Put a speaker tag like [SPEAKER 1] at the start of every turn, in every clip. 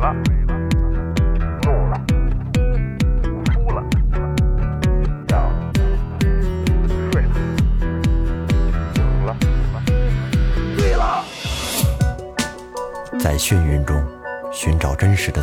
[SPEAKER 1] 了，怒了，哭了，笑了，睡了，醒了，醉了。
[SPEAKER 2] 在眩晕中寻找真实的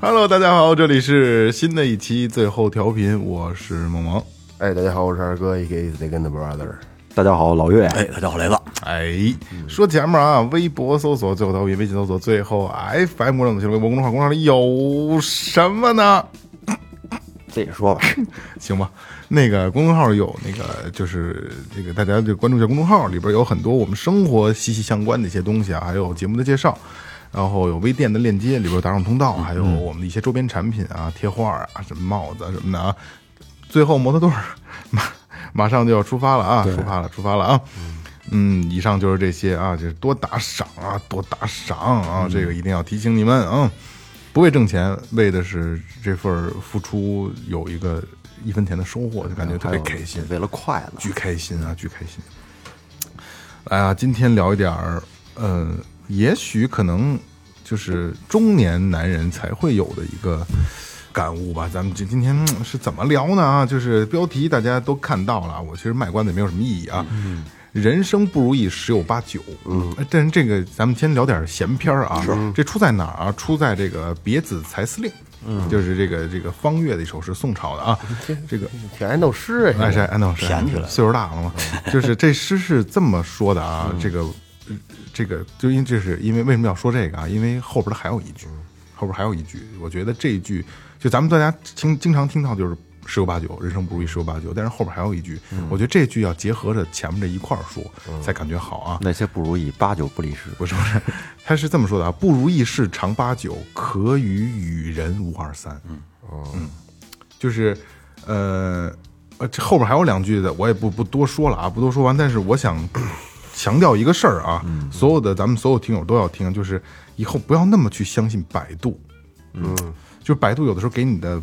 [SPEAKER 3] Hello，大家好，这里是新的一期最后调频，我是萌萌。
[SPEAKER 4] 哎，大家好，我是二哥，A.K.A. Second Brother。
[SPEAKER 5] 大家好，老岳。
[SPEAKER 2] 哎，大家好，雷子。
[SPEAKER 3] 哎，说前面啊，微博搜索最后调频，微信搜索最后 FM 让我们去微博公众号，公众号里有什么呢？
[SPEAKER 5] 自己说吧，
[SPEAKER 3] 行吧，那个公众号有那个，就是这个大家就关注一下公众号，里边有很多我们生活息息相关的一些东西啊，还有节目的介绍，然后有微店的链接，里边有打赏通道，还有我们的一些周边产品啊、贴画啊、什么帽子啊什么的啊。最后摩托队儿马马上就要出发了啊，出发了，出发了啊！嗯，以上就是这些啊，就是多打赏啊，多打赏啊，这个一定要提醒你们啊。不为挣钱，为的是这份儿付出有一个一分钱的收获，就感觉特别开心，
[SPEAKER 5] 为了快乐，
[SPEAKER 3] 巨开心啊，巨开心！哎呀，今天聊一点儿，呃，也许可能就是中年男人才会有的一个感悟吧。咱们今今天嗯是怎么聊呢？啊，就是标题大家都看到了，啊我其实卖关子也没有什么意义啊。人生不如意十有八九，嗯，但是这个咱们先聊点闲篇儿啊。这出在哪儿啊？出在这个《别子才司令》，嗯，就是这个这个方岳的一首诗，宋朝的啊。这个
[SPEAKER 4] 挺爱闹诗啊，
[SPEAKER 3] 哎，是安老师，
[SPEAKER 2] 甜嗯起来了
[SPEAKER 3] 岁数大了嘛，就是这诗是这么说 的啊，这个，
[SPEAKER 2] 嗯
[SPEAKER 3] 呃这个，就因这是因为为什么要说这个啊？因为后边儿还有一句，后边儿还有一句，我觉得这一句就咱们大家经经常听到就是十有八九，人生不如意十有八九，但是后边儿还有一句，
[SPEAKER 2] 嗯
[SPEAKER 3] 我觉得这句要结合着前面这一块儿说，才感觉好啊。
[SPEAKER 5] 那些不如意八九不离十。
[SPEAKER 3] 不是不是， 他是这么说的啊，不如意事常八九，可与与人无二三。嗯，哦，就是，呃，呃，这后边还有两句的，我也不不多说了啊，不多说完。但是我想强调一个事儿啊，
[SPEAKER 4] 嗯
[SPEAKER 3] 所有的咱们所有听友都要听，就是以后不要那么去相信百度。嗯，就是百度有的时候给你的。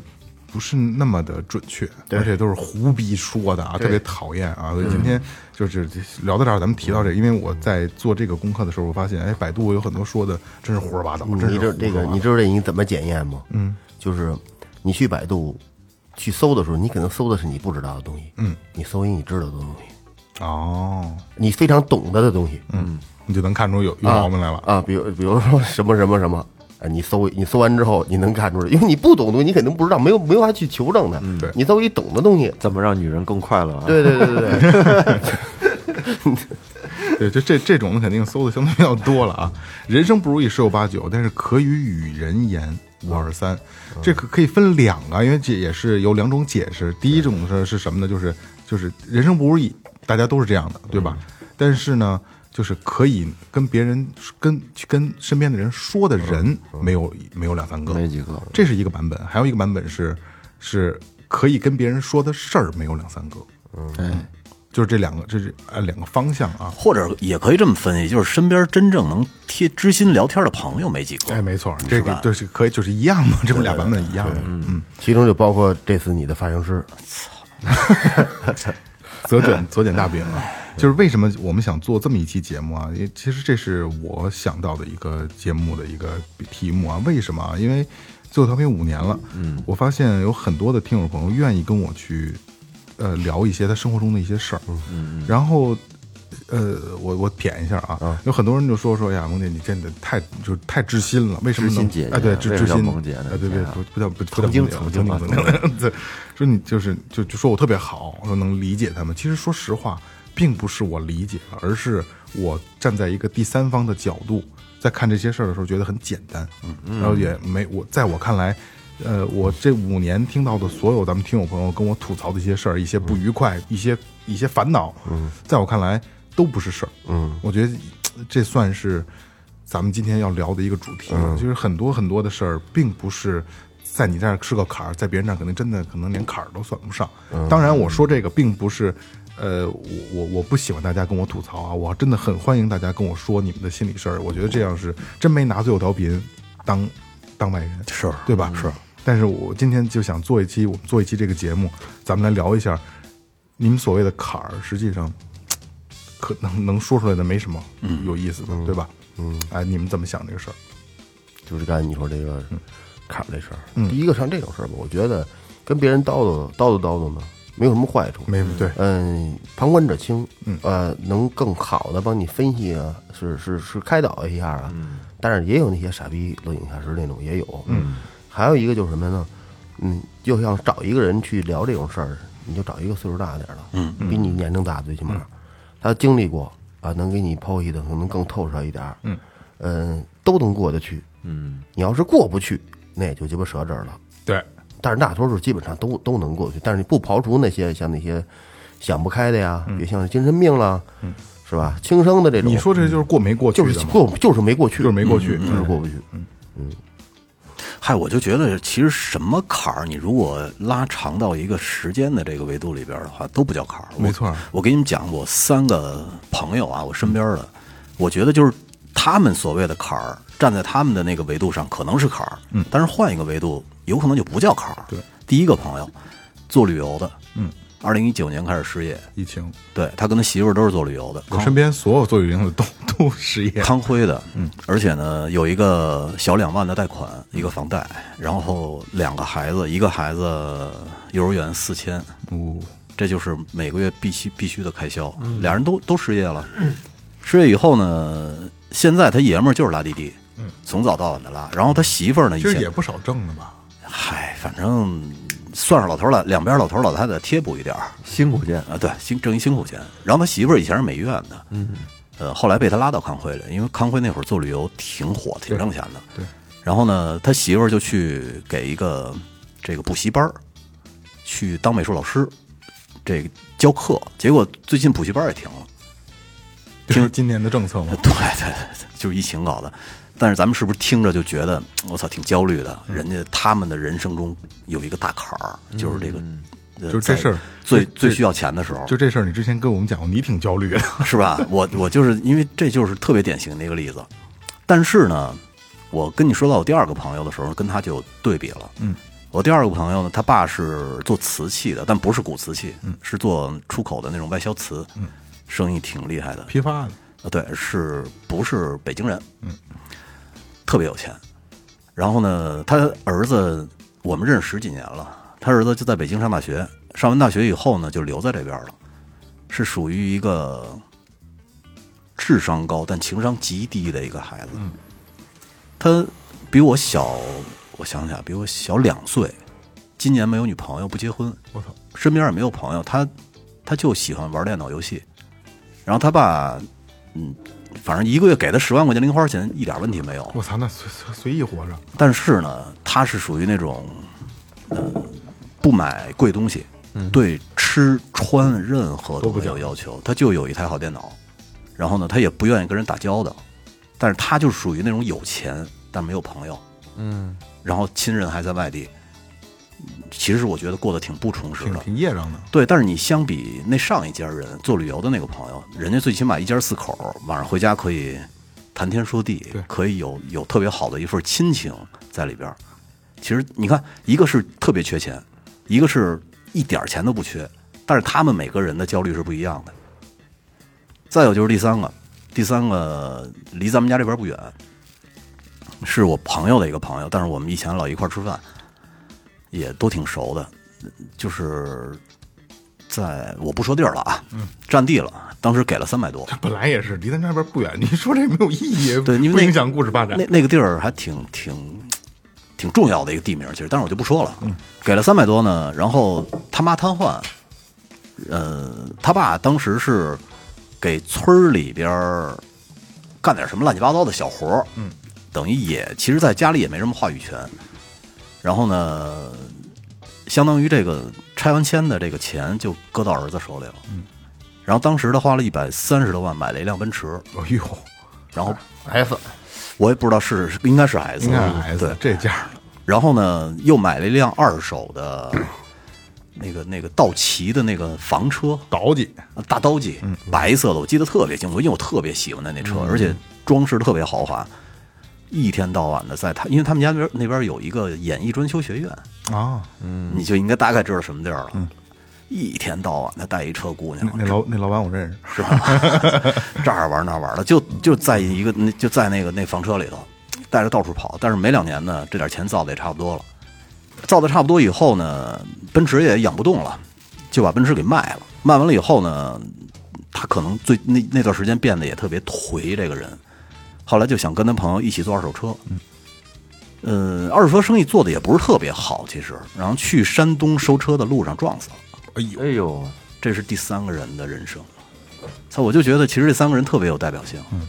[SPEAKER 3] 不是那么的准确，而且都是胡逼说的啊，特别讨厌啊！所以
[SPEAKER 4] 嗯
[SPEAKER 3] 今天就是聊到这儿，咱们提到这个，因为我在做这个功课的时候，我发现，哎，百度有很多说的真是胡说八道，真是
[SPEAKER 4] 你知道
[SPEAKER 3] 胡
[SPEAKER 4] 这
[SPEAKER 3] 说
[SPEAKER 4] 个，
[SPEAKER 3] 八道啊
[SPEAKER 4] 你知道这你怎么检验吗？嗯，就是你去百度去搜的时候，你可能搜的是你不知道的东西，嗯，你搜一你知道的东西，
[SPEAKER 3] 哦，
[SPEAKER 4] 你非常懂得的东西，嗯
[SPEAKER 3] 你就能看出有有毛病来了。
[SPEAKER 4] 啊，比如比如说什么什么什么。啊，你搜你搜完之后，你能看出来，因为你不懂的东西，你肯定不知道，没有没有法去求证的。
[SPEAKER 3] 对
[SPEAKER 4] 你搜一懂的东西，
[SPEAKER 5] 怎么让女人更快乐啊？
[SPEAKER 4] 对对对对对，
[SPEAKER 3] 对，就这这种的肯定搜的相对比较多了啊。人生不如意十有八九，但是可与与人言五二三，这可可以分两个，因为这也是有两种解释。第一种是是什么呢？就是就是人生不如意，大家都是这样的，对吧？但是呢，就是可以跟别人跟跟身边的人说的人没有没有两三个，
[SPEAKER 5] 没几个。
[SPEAKER 3] 这是一个版本，还有一个版本是是可以跟别人说的事儿没有两三个，嗯，就是这两个，这是呃两个方向啊。
[SPEAKER 2] 或者也可以这么分析，就是身边真正能贴知心聊天的朋友没几个。
[SPEAKER 3] 哎，没错，这个就是可以，就是一样嘛，这不俩版本一样的。嗯，
[SPEAKER 4] 其中就包括这次你的发型师，
[SPEAKER 3] 左卷左卷大饼啊，
[SPEAKER 5] 哎
[SPEAKER 3] 就是为什么我们想做这么一期节目啊？也其实这是我想到的一个节目的一个题目啊。为什么啊？因为最后调频五年了，嗯，我发现有很多的听友朋友愿意跟我去，呃，聊一些他生活中的一些事儿，嗯，然后。呃，我我舔一下啊，有很多人就说说哎呀，萌姐你真的太就是太知心了，为什么
[SPEAKER 5] 知心
[SPEAKER 3] 能
[SPEAKER 5] 姐姐
[SPEAKER 3] 哎对，知
[SPEAKER 5] 为什
[SPEAKER 3] 知
[SPEAKER 5] 么叫
[SPEAKER 3] 心
[SPEAKER 5] 萌姐呢
[SPEAKER 3] 哎对对
[SPEAKER 5] 天啊，
[SPEAKER 3] 不不叫不不叫
[SPEAKER 5] 曾经
[SPEAKER 3] 萌姐
[SPEAKER 5] 曾
[SPEAKER 3] 曾
[SPEAKER 5] 经
[SPEAKER 3] 经
[SPEAKER 5] 啊
[SPEAKER 3] 曾经 对，说你就是就就说我特别好，说能理解他们。其实说实话，并不是我理解了，而是我站在一个第三方的角度在看这些事儿的时候，觉得很简单，嗯，然后也没我在我看来。呃，我这五年听到的所有咱们听友朋友跟我吐槽的一些事儿，一些不愉快，一些一些烦恼，嗯，在我看来都不是事儿，嗯，我觉得呃这算是咱们今天要聊的一个主题，就是很多很多的事儿，并不是在你这儿是个坎儿，在别人那儿可能真的可能连坎儿都算不上。当然，我说这个并不是，呃，我我我不喜欢大家跟我吐槽啊，我真的很欢迎大家跟我说你们的心里事儿，我觉得这样是真没拿最后调频当当外人，
[SPEAKER 2] 是
[SPEAKER 3] 对吧？是。但是我今天就想做一期，我们做一期这个节目，咱们来聊一下你们所谓的坎儿，实际上可能能说出来的没什么有意思的，对吧？嗯，哎，你们怎么想这个事儿？
[SPEAKER 4] 就是刚才你说这个坎儿这事儿，第一个像这种事儿吧，我觉得跟别人叨叨叨叨叨叨呢，没有什么坏处。
[SPEAKER 3] 没对，
[SPEAKER 4] 嗯，旁观者清，嗯，呃，能更好的帮你分析啊，是是是开导一下啊。嗯，但是也有那些傻逼落井下石那种也有。嗯，还有一个就是什么呢？嗯，就像找一个人去聊这种事儿，你就找一个岁数大点儿的，嗯，比你年龄大最起码，他经历过啊，能给你剖析的可能更透彻一点。嗯，嗯，都能过得去。嗯，你要是过不去，那也就鸡巴折这儿了。
[SPEAKER 3] 对，
[SPEAKER 4] 但是大多数基本上都都能过去，但是你不刨除那些像那些想不开的呀，也像是精神病啦，是吧？轻生的这
[SPEAKER 3] 嗯
[SPEAKER 4] 种，
[SPEAKER 3] 你说这就是过没过去
[SPEAKER 4] 就是
[SPEAKER 3] 的吗？
[SPEAKER 4] 过就是没过去，嗯
[SPEAKER 3] 就是没过去嗯
[SPEAKER 4] 就是过不去。
[SPEAKER 6] 嗨，我就觉得其实什么坎儿，你如果拉长到一个时间的这个维度里边儿的话，都不叫坎儿。我
[SPEAKER 3] 没错儿
[SPEAKER 6] 我给你们讲，我三个朋友啊，我身边的，
[SPEAKER 3] 嗯
[SPEAKER 6] 我觉得就是他们所谓的坎儿，站在他们的那个维度上可能是坎儿，嗯，但是换一个维度，有可能就不叫坎儿。
[SPEAKER 3] 对，
[SPEAKER 6] 第一个朋友做旅游的，
[SPEAKER 3] 嗯，
[SPEAKER 6] 二零一九年开始失业，
[SPEAKER 3] 疫情，
[SPEAKER 6] 对他跟他媳妇儿都是做旅游的，
[SPEAKER 3] 我身边所有做旅游的都 都失业，
[SPEAKER 6] 康辉的，嗯，而且呢有一个小两万的贷款，一个房贷，然后两个孩子，一个孩子幼儿园四千，
[SPEAKER 3] 哦，嗯
[SPEAKER 6] 这就是每个月必须必须的开销，俩人都都失业了。失业以后呢，现在他爷们儿就是拉滴滴，从早到晚的拉，然后他媳妇儿呢，以
[SPEAKER 3] 嗯其实
[SPEAKER 6] 前
[SPEAKER 3] 也不少挣的吧？
[SPEAKER 6] 嗨，反正算是老头儿了，两边老头儿老太太贴补一点儿，
[SPEAKER 5] 辛苦见，
[SPEAKER 6] 啊，对，辛挣一辛苦钱。然后他媳妇儿以前是美院的，嗯，呃，后来被他拉到康辉了，因为康辉那会儿做旅游挺火，挺挣钱的。
[SPEAKER 3] 对
[SPEAKER 6] 然后呢，他媳妇儿就去给一个这个补习班儿，去当美术老师，这个教课。结果最近补习班儿也停了。
[SPEAKER 3] 就是今年的政策吗？
[SPEAKER 6] 对对对，对就是疫情搞的。但是咱们是不是听着就觉得，我操，挺焦虑的？
[SPEAKER 3] 嗯
[SPEAKER 6] 人家他们的人生中有一个大坎儿，就是这个，呃
[SPEAKER 3] 嗯就是这
[SPEAKER 6] 在
[SPEAKER 3] 事儿
[SPEAKER 6] 最
[SPEAKER 3] 这
[SPEAKER 6] 最
[SPEAKER 3] 这
[SPEAKER 6] 需要钱的时候，
[SPEAKER 3] 就这事儿，你之前跟我们讲过，你挺焦虑的，
[SPEAKER 6] 是吧？我我就是因为这就是特别典型的一个例子。但是呢，我跟你说到我第二个朋友的时候，跟他就有对比了。嗯，我第二个朋友呢，他爸是做瓷器的，但不是古瓷器，是做出口的那种外销瓷，生意挺厉害的。
[SPEAKER 3] 批发的，
[SPEAKER 6] 呃，对，是不是北京人？嗯，特别有钱。然后呢，他儿子我们认识十几年了，他儿子就在北京上大学，上完大学以后呢，就留在这边了，是属于一个智商高但情商极低的一个孩子。
[SPEAKER 3] 嗯
[SPEAKER 6] 他比我小，我想想，比我小两岁。今年没有女朋友，不结婚，
[SPEAKER 3] 我操，
[SPEAKER 6] 身边也没有朋友，他他就喜欢玩电脑游戏。然后他爸，嗯，反正一个月给他十万块钱零花钱，一点问题没有。
[SPEAKER 3] 我操，那随随随意活着，
[SPEAKER 6] 但是呢，他是属于那种，呃，不买贵东西，对吃穿任何嗯都没有要求，他就有一台好电脑。然后呢，他也不愿意跟人打交道，但是他就属于那种有钱但没有朋友，嗯，然后亲人还在外地。其实我觉得过得挺不充实
[SPEAKER 3] 挺
[SPEAKER 6] 的，
[SPEAKER 3] 挺业障的，
[SPEAKER 6] 对，但是你相比那上一家人做旅游的那个朋友，人家最起码一家四口晚上回家可以谈天说地
[SPEAKER 3] 对，
[SPEAKER 6] 可以有有特别好的一份亲情在里边儿。其实你看，一个是特别缺钱，一个是一点儿钱都不缺，但是他们每个人的焦虑是不一样的。再有就是第三个，第三个离咱们家这边儿不远，是我朋友的一个朋友，但是我们以前老一块儿吃饭，也都挺熟的，就是在我不说地儿了啊，占地了，当时给了三百多，
[SPEAKER 3] 本来也是离咱这边不远，你 说这没有意 义，
[SPEAKER 6] 对，因为
[SPEAKER 3] 不
[SPEAKER 6] 那
[SPEAKER 3] 影响故事发展
[SPEAKER 6] 那。那个地儿还挺挺挺重要的一个地名，其实，但是我就不说了。啊
[SPEAKER 3] 嗯
[SPEAKER 6] 给了三百多呢，然后他妈瘫痪，呃，他爸当时是给村儿里边儿干点什么乱七八糟的小活儿，嗯，等于也其实在家里也没什么话语权。然后呢，相当于这个拆完迁的这个钱就搁到儿子手里了，嗯。然后当时他花了一百三十多万买了一辆奔驰，
[SPEAKER 3] 哎呦，
[SPEAKER 6] 然后
[SPEAKER 4] S
[SPEAKER 3] 啊
[SPEAKER 6] 我也不知道是应该是 S，
[SPEAKER 3] 应该是 S，
[SPEAKER 6] 嗯对，
[SPEAKER 3] 这价儿了，
[SPEAKER 6] 然后呢，又买了一辆二手的，那个那个道奇的那个房车，
[SPEAKER 3] 倒姐，
[SPEAKER 6] 大刀机，
[SPEAKER 3] 嗯
[SPEAKER 6] 白色的，我记得特别清楚，因为我特别喜欢的那车，而且装饰特别豪华。一天到晚的在他，因为他们家那边那边有一个演艺专修学院，
[SPEAKER 3] 啊，
[SPEAKER 6] 你就应该大概知道什么地儿了。
[SPEAKER 3] 嗯
[SPEAKER 6] 一天到晚的带一车姑娘，
[SPEAKER 3] 那老那老板我认识，
[SPEAKER 6] 是吧？这儿玩那儿玩的，就就在一个那就在那个那房车里头，带着到处跑。但是没两年呢，这点钱造的也差不多了。造的差不多以后呢，奔驰也养不动了，就把奔驰给卖了。卖完了以后呢，他可能最那那段时间变得也特别颓，这个人。后来就想跟他朋友一起做二手车，嗯，呃，二手车生意做的也不是特别好，其实。然后去山东收车的路上撞死了。
[SPEAKER 3] 哎呦，
[SPEAKER 5] 哎呦，
[SPEAKER 6] 这是第三个人的人生。操，我就觉得其实这三个人特别有代表性。
[SPEAKER 3] 嗯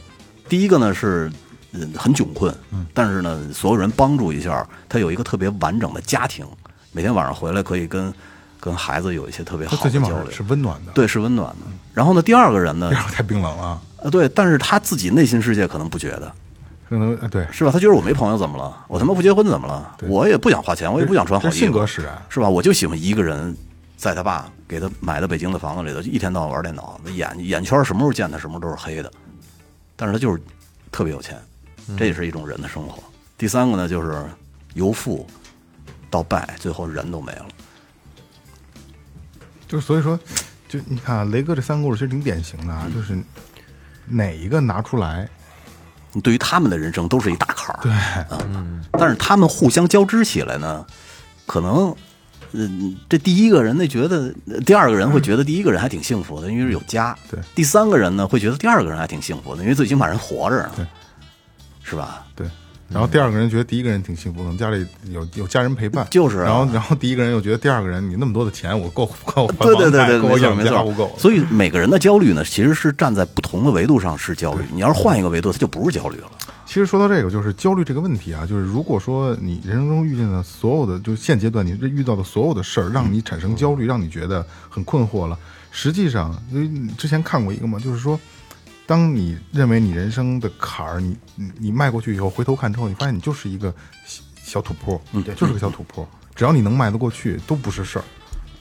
[SPEAKER 6] 第一个呢是嗯很窘困，但是呢所有人帮助一下，他有一个特别完整的家庭，每天晚上回来可以跟跟孩子有一些特别
[SPEAKER 3] 他
[SPEAKER 6] 好的
[SPEAKER 3] 最起码
[SPEAKER 6] 交流
[SPEAKER 3] 是，嗯温暖的，，
[SPEAKER 6] 对，是温暖的。然后呢，第二个人呢，
[SPEAKER 3] 太冰冷了，
[SPEAKER 6] 呃，对，但是他自己内心世界可能不觉得，
[SPEAKER 3] 可能啊对，
[SPEAKER 6] 是吧？他觉得我没朋友怎么了？我他妈不结婚怎么了？我也不想花钱，我也不想穿好
[SPEAKER 3] 这
[SPEAKER 6] 衣服，
[SPEAKER 3] 性格使然
[SPEAKER 6] 是吧？我就喜欢一个人，在他爸给他买的北京的房子里头，就一天到晚玩电脑，那眼眼圈什么时候见他，什么时候都是黑的。但是他就是特别有钱，这也是一种人的生活。第三个呢，就是由富到败，最后人都没了。
[SPEAKER 3] 就是所以说，就你看啊雷哥这三个故事其实挺典型的，
[SPEAKER 6] 嗯
[SPEAKER 3] 啊，就是哪一个拿出来，
[SPEAKER 6] 对于他们的人生都是一大坎儿。对，嗯，但是他们互相交织起来呢，可能，嗯，这第一个人呢觉得，呃第二个人会觉得第一个人还挺幸福的，因为有家。
[SPEAKER 3] 对
[SPEAKER 6] 第三个人呢会觉得第二个人还挺幸福的，因为最起码人活着呢。
[SPEAKER 3] 对，
[SPEAKER 6] 是吧？
[SPEAKER 3] 对，然后
[SPEAKER 6] 嗯
[SPEAKER 3] 第二个人觉得第一个人挺幸福，可能家里有有家人陪伴，
[SPEAKER 6] 就是啊
[SPEAKER 3] 然后然后第一个人又觉得第二个人你那么多的钱，我够够还
[SPEAKER 6] 对对
[SPEAKER 3] 房贷
[SPEAKER 6] 对对，
[SPEAKER 3] 够
[SPEAKER 6] 没
[SPEAKER 3] 我
[SPEAKER 6] 错
[SPEAKER 3] 养
[SPEAKER 6] 没
[SPEAKER 3] 家
[SPEAKER 6] 错，
[SPEAKER 3] 糊口，
[SPEAKER 6] 所以每个人的焦虑呢，其实是站在不同的维度上是焦虑。你要是换一个维度，它就不是焦虑了。
[SPEAKER 3] 其实说到这个，就是焦虑这个问题啊，就是如果说你人生中遇见的所有的，就是现阶段你遇到的所有的事儿，让你产生焦虑，让你觉得很困惑了，实际上，因为你之前看过一个嘛，就是说，当你认为你人生的坎儿，你你你迈过去以后，回头看之后，你发现你就是一个小小土坡，嗯，就是个小土坡，只要你能迈得过去，都不是事儿。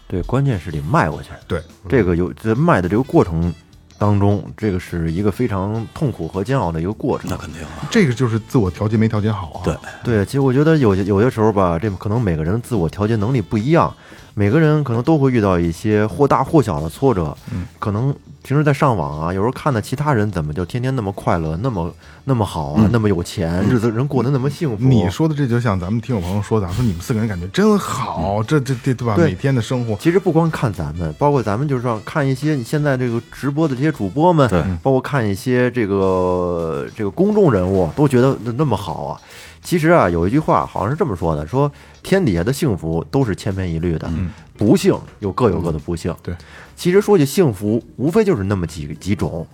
[SPEAKER 5] 对，关键是得迈过去。
[SPEAKER 3] 对，
[SPEAKER 2] 嗯
[SPEAKER 5] 这个有在迈的这个过程当中，这个是一个非常痛苦和煎熬的一个过程
[SPEAKER 6] 那。肯定啊，
[SPEAKER 3] 这个就是自我调节没调节好啊。
[SPEAKER 6] 对，
[SPEAKER 5] 对，其实我觉得有些有些时候吧，这可能每个人自我调节能力不一样，每个人可能都会遇到一些或大或小的挫折。嗯，可能平时在上网啊，有时候看到其他人怎么就天天那么快乐，那么那么好啊，那么有钱，日子人过得那么幸福。
[SPEAKER 3] 你说的这就像咱们听友朋友说的啊，说你们四个人感觉真好，这这这对吧？
[SPEAKER 5] 对
[SPEAKER 3] 每天的生活，
[SPEAKER 5] 其实不光看咱们，包括咱们就是说看一些你现在这个直播的这些主播们，对，包括看一些这个这个公众人物，都觉得那那么好啊。其实啊，有一句话好像是这么说的：说天底下的幸福都是千篇一律的，
[SPEAKER 6] 嗯
[SPEAKER 5] 不幸有各有各的不幸。
[SPEAKER 3] 对，
[SPEAKER 5] 其实说起幸福，无非就是那么几几种。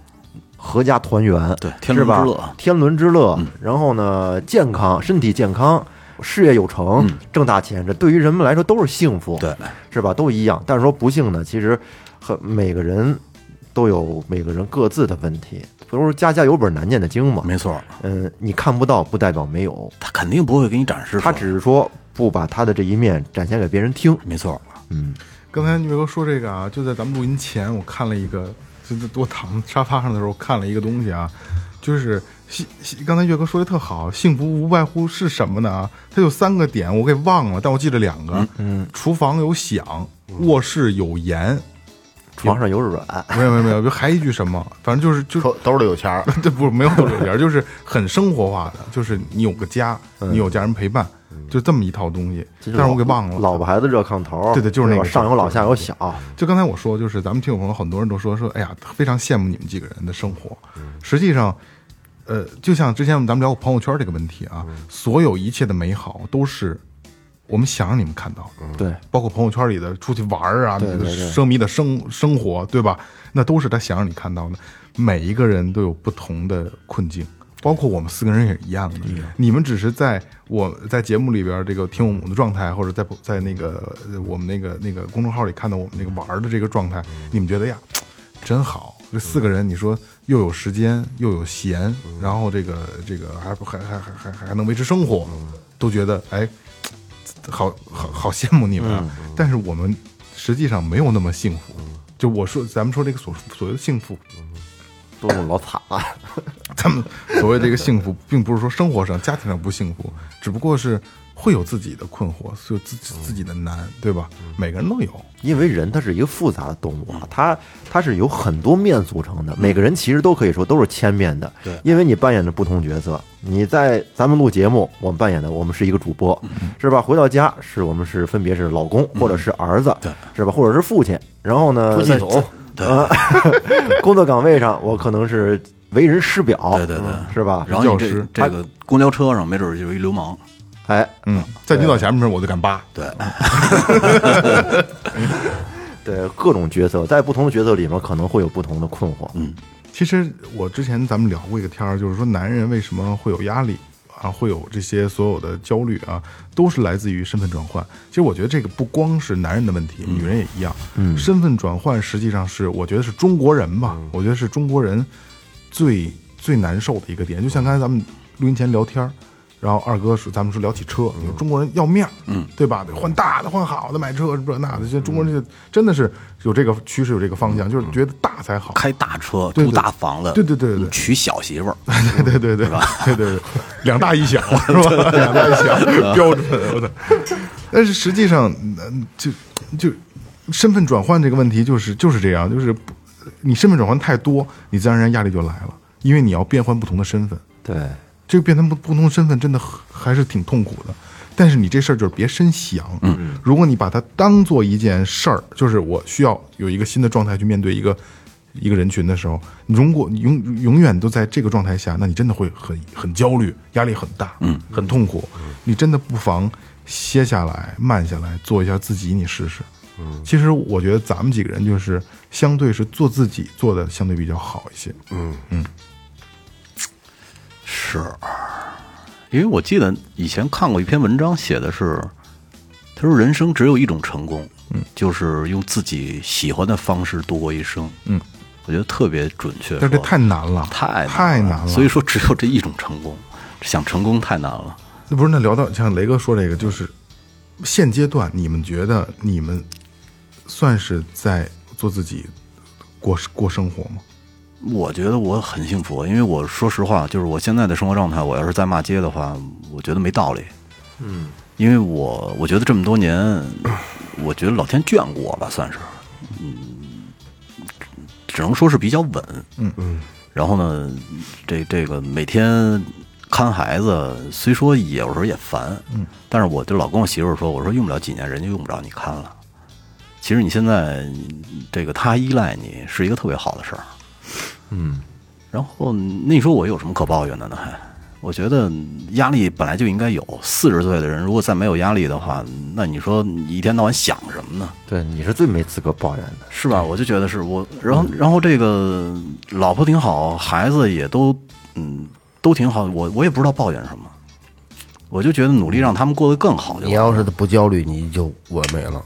[SPEAKER 5] 阖家团圆，
[SPEAKER 6] 对天
[SPEAKER 5] 是
[SPEAKER 6] 伦
[SPEAKER 5] 吧
[SPEAKER 6] 之乐？嗯
[SPEAKER 5] 天伦之乐，然后呢，健康，身体健康，事业有成，挣大钱，这对于人们来说都是幸福。
[SPEAKER 6] 嗯对，
[SPEAKER 5] 是吧？都一样。但是说不幸呢，其实和每个人都有每个人各自的问题。不是家家有本难念的经嘛？
[SPEAKER 6] 没错，
[SPEAKER 5] 嗯，你看不到不代表没有，
[SPEAKER 6] 他肯定不会给你展示出来。
[SPEAKER 5] 他只是说不把他的这一面展现给别人听。
[SPEAKER 6] 没错，
[SPEAKER 3] 刚才你别说说这个啊，就在咱们录音前，我看了一个，就是我躺沙发上的时候看了一个东西啊，就是幸幸刚才岳哥说的特好，幸福无外乎是什么呢？啊，它有三个点，我给忘了，但我记着两个，嗯，厨房有响，卧室有盐，
[SPEAKER 5] 床上有软，
[SPEAKER 3] 没有没有没有，就还一句什么，反正就是就是
[SPEAKER 4] 兜兜里有钱儿，
[SPEAKER 3] 这不是没有多少点， 就是很生活化的，就是你有个家，你有家人陪伴，就这么一套东西。
[SPEAKER 5] 这
[SPEAKER 3] 但
[SPEAKER 5] 就是
[SPEAKER 3] 我给忘了。
[SPEAKER 5] 老婆孩子热炕头，
[SPEAKER 3] 对对就是那个
[SPEAKER 5] 吧上有老下有小，
[SPEAKER 3] 就刚才我说，就是咱们听友朋友很多人都说说，哎呀，非常羡慕你们几个人的生活。实际上，呃，就像之前咱们聊过朋友圈这个问题啊，所有一切的美好都是我们想让你们看到，
[SPEAKER 5] 对，
[SPEAKER 3] 包括朋友圈里的出去玩儿啊，你的奢靡的生生活，对吧？那都是他想让你看到的。每一个人都有不同的困境，包括我们四个人也是一样的。你们只是在我在节目里边这个听我们的状态，或者在在那个呃我们那个那个公众号里看到我们那个玩儿的这个状态，你们觉得呀，真好。这四个人，你说又有时间，又有闲，然后这个这个还还还还还还能维持生活，都觉得哎，好好好羡慕你们啊！但是我们实际上没有那么幸福。就我说，咱们说这个所所谓的幸福，
[SPEAKER 5] 都是老惨了。
[SPEAKER 3] 咱们所谓这个幸福，并不是说生活上、家庭上不幸福，只不过是会有自己的困惑，是有自己自己的难，对吧？每个人都有。
[SPEAKER 5] 因为人他是一个复杂的动物啊，他他是由很多面组成的，每个人其实都可以说都是千面的。对，因为你扮演着不同角色，你在咱们录节目，我们扮演的我们是一个主播，是吧？回到家是我们是分别是老公或者是儿子，对，是吧？或者是父亲，然后呢，
[SPEAKER 4] 出气筒
[SPEAKER 5] 在，啊， 工作岗位上我可能是为人师表，
[SPEAKER 6] 对对对
[SPEAKER 5] 嗯是吧？
[SPEAKER 6] 然后你
[SPEAKER 3] 教
[SPEAKER 6] 这
[SPEAKER 3] 师
[SPEAKER 6] 这个公交车上没准就是一流氓，
[SPEAKER 5] 哎，
[SPEAKER 3] 嗯，在你脑前面的时候我就敢扒，
[SPEAKER 6] 对，
[SPEAKER 5] 对，各种角色在不同的角色里面可能会有不同的困惑，嗯，
[SPEAKER 3] 其实我之前咱们聊过一个天儿，就是说男人为什么会有压力啊，会有这些所有的焦虑啊，都是来自于身份转换。其实我觉得这个不光是男人的问题，女人也一样。嗯，身份转换实际上是我觉得是中国人吧，我觉得是中国人最最难受的一个点。就像刚才咱们录音前聊天儿。然后二哥说，咱们说聊起车，你说中国人要面儿，嗯，对吧？得换大的，换好的，买车这那的。现在中国人这真的是有这个趋势，有这个方向，就是觉得大才好。
[SPEAKER 6] 开大车，
[SPEAKER 3] 对
[SPEAKER 6] 住
[SPEAKER 3] 对
[SPEAKER 6] 大房子，
[SPEAKER 3] 对对对对对
[SPEAKER 6] 娶小媳妇儿，
[SPEAKER 3] 对对对对，对对对， 两大一小是吧？两大一 小，标准。我操！但是实际上，嗯就就身份转换这个问题，就是就是这样，就是不你身份转换太多，你自然而然压力就来了，因为你要变换不同的身份。
[SPEAKER 5] 对，
[SPEAKER 3] 这个变成不不同身份真的很还是挺痛苦的。但是你这事儿就是别深想，嗯，如果你把它当做一件事儿，就是我需要有一个新的状态去面对一个一个人群的时候，你如果你永永远都在这个状态下，那你真的会很很焦虑，压力很大，嗯，很痛苦。你真的不妨歇下来，慢下来，做一下自己，你试试。嗯，其实我觉得咱们几个人就是相对是做自己做的相对比较好一些，
[SPEAKER 6] 是，因为我记得以前看过一篇文章，写的是，他说人生只有一种成功，嗯，就是用自己喜欢的方式度过一生，嗯，我觉得特别准确说，
[SPEAKER 3] 但是这太难了，
[SPEAKER 6] 太
[SPEAKER 3] 太
[SPEAKER 6] 难
[SPEAKER 3] 难了，
[SPEAKER 6] 所以说只有这一种成功，想成功太难了。
[SPEAKER 3] 那不是那聊到像雷哥说这个，就是现阶段你们觉得你们算是在做自己过过生活吗？
[SPEAKER 6] 我觉得我很幸福，因为我说实话，就是我现在的生活状态，我要是在骂街的话，我觉得没道理。嗯，因为我我觉得这么多年，我觉得老天眷顾我吧，算是，嗯，只只能说是比较稳。嗯嗯。然后呢，这这个每天看孩子，虽说有时候也烦，嗯，但是我就老跟我媳妇儿说，我说用不了几年，人家用不着你看了。其实你现在这个他依赖你是一个特别好的事儿。然后那你说我有什么可抱怨的呢？还，我觉得压力本来就应该有。四十岁的人如果再没有压力的话，那你说你一天到晚想什么呢？
[SPEAKER 5] 对，你是最没资格抱怨的，
[SPEAKER 6] 是吧？我就觉得是我，
[SPEAKER 3] 嗯
[SPEAKER 6] 然后然后这个老婆挺好，孩子也都嗯都挺好，我我也不知道抱怨什么，我就觉得努力让他们过得更好就
[SPEAKER 4] 你
[SPEAKER 6] 好。
[SPEAKER 4] 要是不焦虑，你就我没了。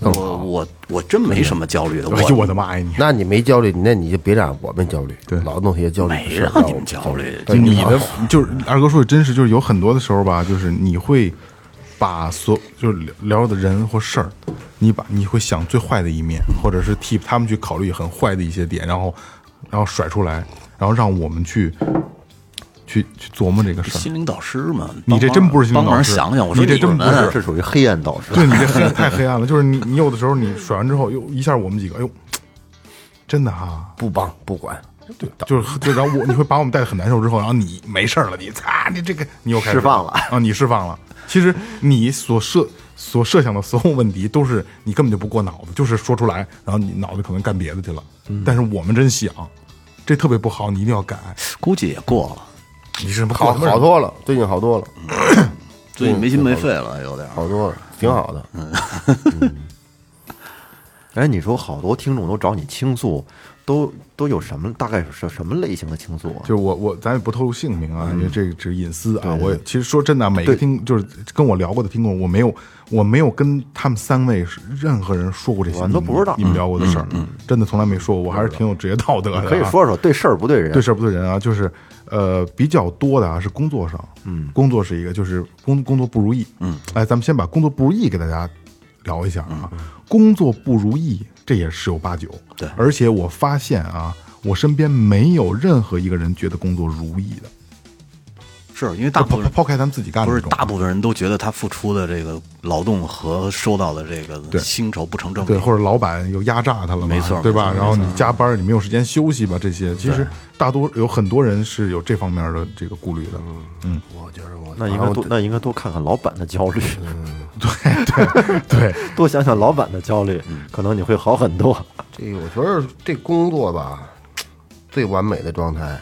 [SPEAKER 4] 更
[SPEAKER 6] 我我我真没什么焦虑的，
[SPEAKER 3] 哎呦我
[SPEAKER 6] 我
[SPEAKER 3] 的妈呀！你
[SPEAKER 4] 那你没焦虑，那你就别让我们焦虑，对，老弄些焦虑的
[SPEAKER 6] 没
[SPEAKER 4] 事儿
[SPEAKER 6] 让你们焦虑
[SPEAKER 4] 对
[SPEAKER 3] 你的就是二哥说的真是，就是有很多的时候吧，就是你会把所就是聊聊的人或事儿，你把你会想最坏的一面，或者是替他们去考虑很坏的一些点，然后然后甩出来，然后让我们去去去琢磨这个事儿。
[SPEAKER 6] 心灵导师嘛，
[SPEAKER 3] 你这真不是心灵导师
[SPEAKER 6] 帮忙想想，我说
[SPEAKER 3] 你这真不
[SPEAKER 6] 们
[SPEAKER 3] 是
[SPEAKER 5] 是属于黑暗导师。
[SPEAKER 3] 对你这黑暗太黑暗了，就是你你有的时候你甩完之后，又一下我们几个，哎呦，真的哈、啊
[SPEAKER 4] 不帮不管，对，
[SPEAKER 3] 就是就然后我你会把我们带的很难受之后，然后你没事儿了，你擦你这个你又开始
[SPEAKER 5] 释放了
[SPEAKER 3] 啊，你释放了。其实你所设所设想的所有问题都是你根本就不过脑子，就是说出来，然后你脑子可能干别的去了。但是我们真想，这特别不好，你一定要改。
[SPEAKER 6] 估计也过了，
[SPEAKER 3] 你是什么
[SPEAKER 4] 好
[SPEAKER 3] 过什么日子
[SPEAKER 4] 好多了，最近好多了，
[SPEAKER 6] 最近没心没肺了，有点儿。
[SPEAKER 4] 好多了，挺好的。
[SPEAKER 5] 哎，你说好多听众都找你倾诉，都都有什么？大概是什么类型的倾诉啊？
[SPEAKER 3] 就是我我咱也不透露姓名啊，因为这个这个隐私啊。我也其实说真的啊，每个听就是跟我聊过的听众，我没有我没有跟他们三位是任何人说过这些，
[SPEAKER 5] 我们都不知道
[SPEAKER 3] 你们聊过的事儿，真的从来没说过。我还是挺有职业道德的啊，
[SPEAKER 5] 可以说说对事儿不对人。
[SPEAKER 3] 对事儿不对人啊，就是呃，比较多的啊是工作上，嗯，工作是一个，就是工工作不如意，嗯，哎，咱们先把工作不如意给大家聊一下啊，工作不如意这也十有八九，
[SPEAKER 6] 嗯对
[SPEAKER 3] 而且我发现啊，我身边没有任何一个人觉得工作如意的，
[SPEAKER 6] 是因为大部
[SPEAKER 3] 抛
[SPEAKER 6] 分人
[SPEAKER 3] 抛开咱们自己干的
[SPEAKER 6] 不是
[SPEAKER 3] 这种
[SPEAKER 6] 大部分人都觉得他付出的这个劳动和收到的这个薪酬不成正比
[SPEAKER 3] 对，，或者老板又压榨他了嘛，
[SPEAKER 6] 没错嗯
[SPEAKER 3] 对吧？然后你加班，你没有时间休息吧？这些其实大多有很多人是有这方面的这个顾虑的。嗯，
[SPEAKER 4] 我觉得我
[SPEAKER 5] 那应该多，那应该多看看老板的焦虑，
[SPEAKER 3] 对，
[SPEAKER 5] 多想想老板的焦虑，可能你会好很多。
[SPEAKER 4] 这个我觉得这工作吧，最完美的状态，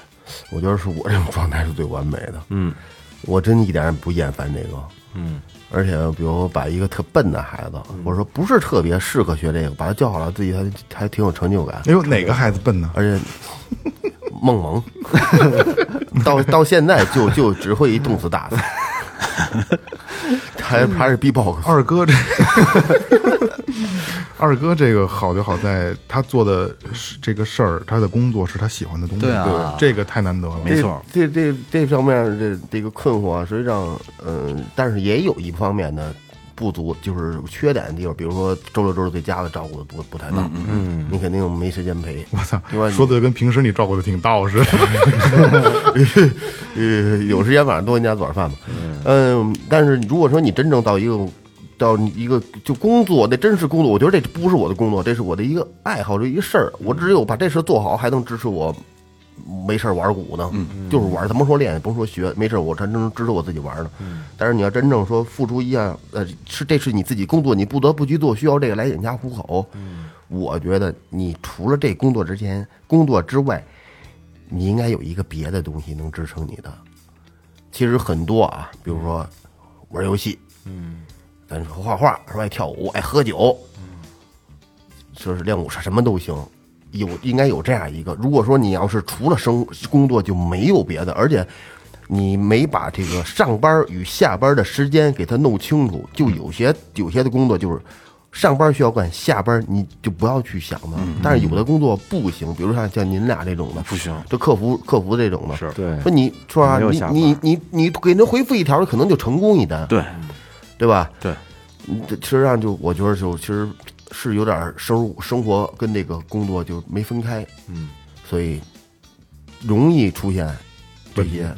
[SPEAKER 4] 我觉得是我这种状态是最完美的。嗯，我真一点也不厌烦这个。嗯，而且比如把一个特笨的孩子，或者说不是特别适合学这个，把他教好了，自己还还挺有成就感。
[SPEAKER 3] 哎呦，哪个孩子笨呢？
[SPEAKER 4] 而 且梦 萌，到到现在就就只会一动词大 词，还还是 B-box。
[SPEAKER 3] 二哥这，二哥这个好就好在他做的是这个事儿，他的工作是他喜欢的东西，
[SPEAKER 6] 对啊
[SPEAKER 3] 这个太难得了。哎
[SPEAKER 6] 没错，
[SPEAKER 4] 这这这方面这这个困惑啊，实际上，嗯，但是也有一方面的不足，就是缺点的地方，比如说周六周日对家的照顾的不不太到，嗯，你肯定没时间陪。我
[SPEAKER 3] 操
[SPEAKER 4] 另外你
[SPEAKER 3] 说的就跟平时你照顾的挺到似的，
[SPEAKER 4] 呃，有时间晚上多跟家做点饭吧。嗯，但是如果说你真正到一个到一个就工作，那真是工作，我觉得这不是我的工作，这是我的一个爱好，这一个事儿。我只有把这事儿做好，还能支持我没事儿玩鼓呢。就是玩儿，咱甭说练，甭说学，没事儿我才能支持我自己玩儿呢。但是你要真正说付出一样，呃，是这是你自己工作，你不得不去做，需要这个来养家糊口。我觉得你除了这工作之前，工作之外，你应该有一个别的东西能支撑你的。其实很多啊，比如说玩游戏，嗯，咱说画画是吧？爱跳舞，爱喝酒，就是练武是什么都行。有应该有这样一个，如果说你要是除了生工作就没有别的，而且你没把这个上班与下班的时间给它弄清楚，就有些有些的工作就是上班需要干，下班你就不要去想了。但是有的工作不行，比如像像您俩这种的嗯不行，就客服客服这种的，是
[SPEAKER 5] 对
[SPEAKER 4] 说你说啊，
[SPEAKER 5] 没有
[SPEAKER 4] 你
[SPEAKER 5] 下班
[SPEAKER 4] 你你你给人回复一条，可能就成功一单，
[SPEAKER 6] 对
[SPEAKER 4] 对吧？
[SPEAKER 6] 对，
[SPEAKER 4] 嗯这其实上就我觉得就其实是有点生生活跟这个工作就没分开，嗯，所以容易出现这些，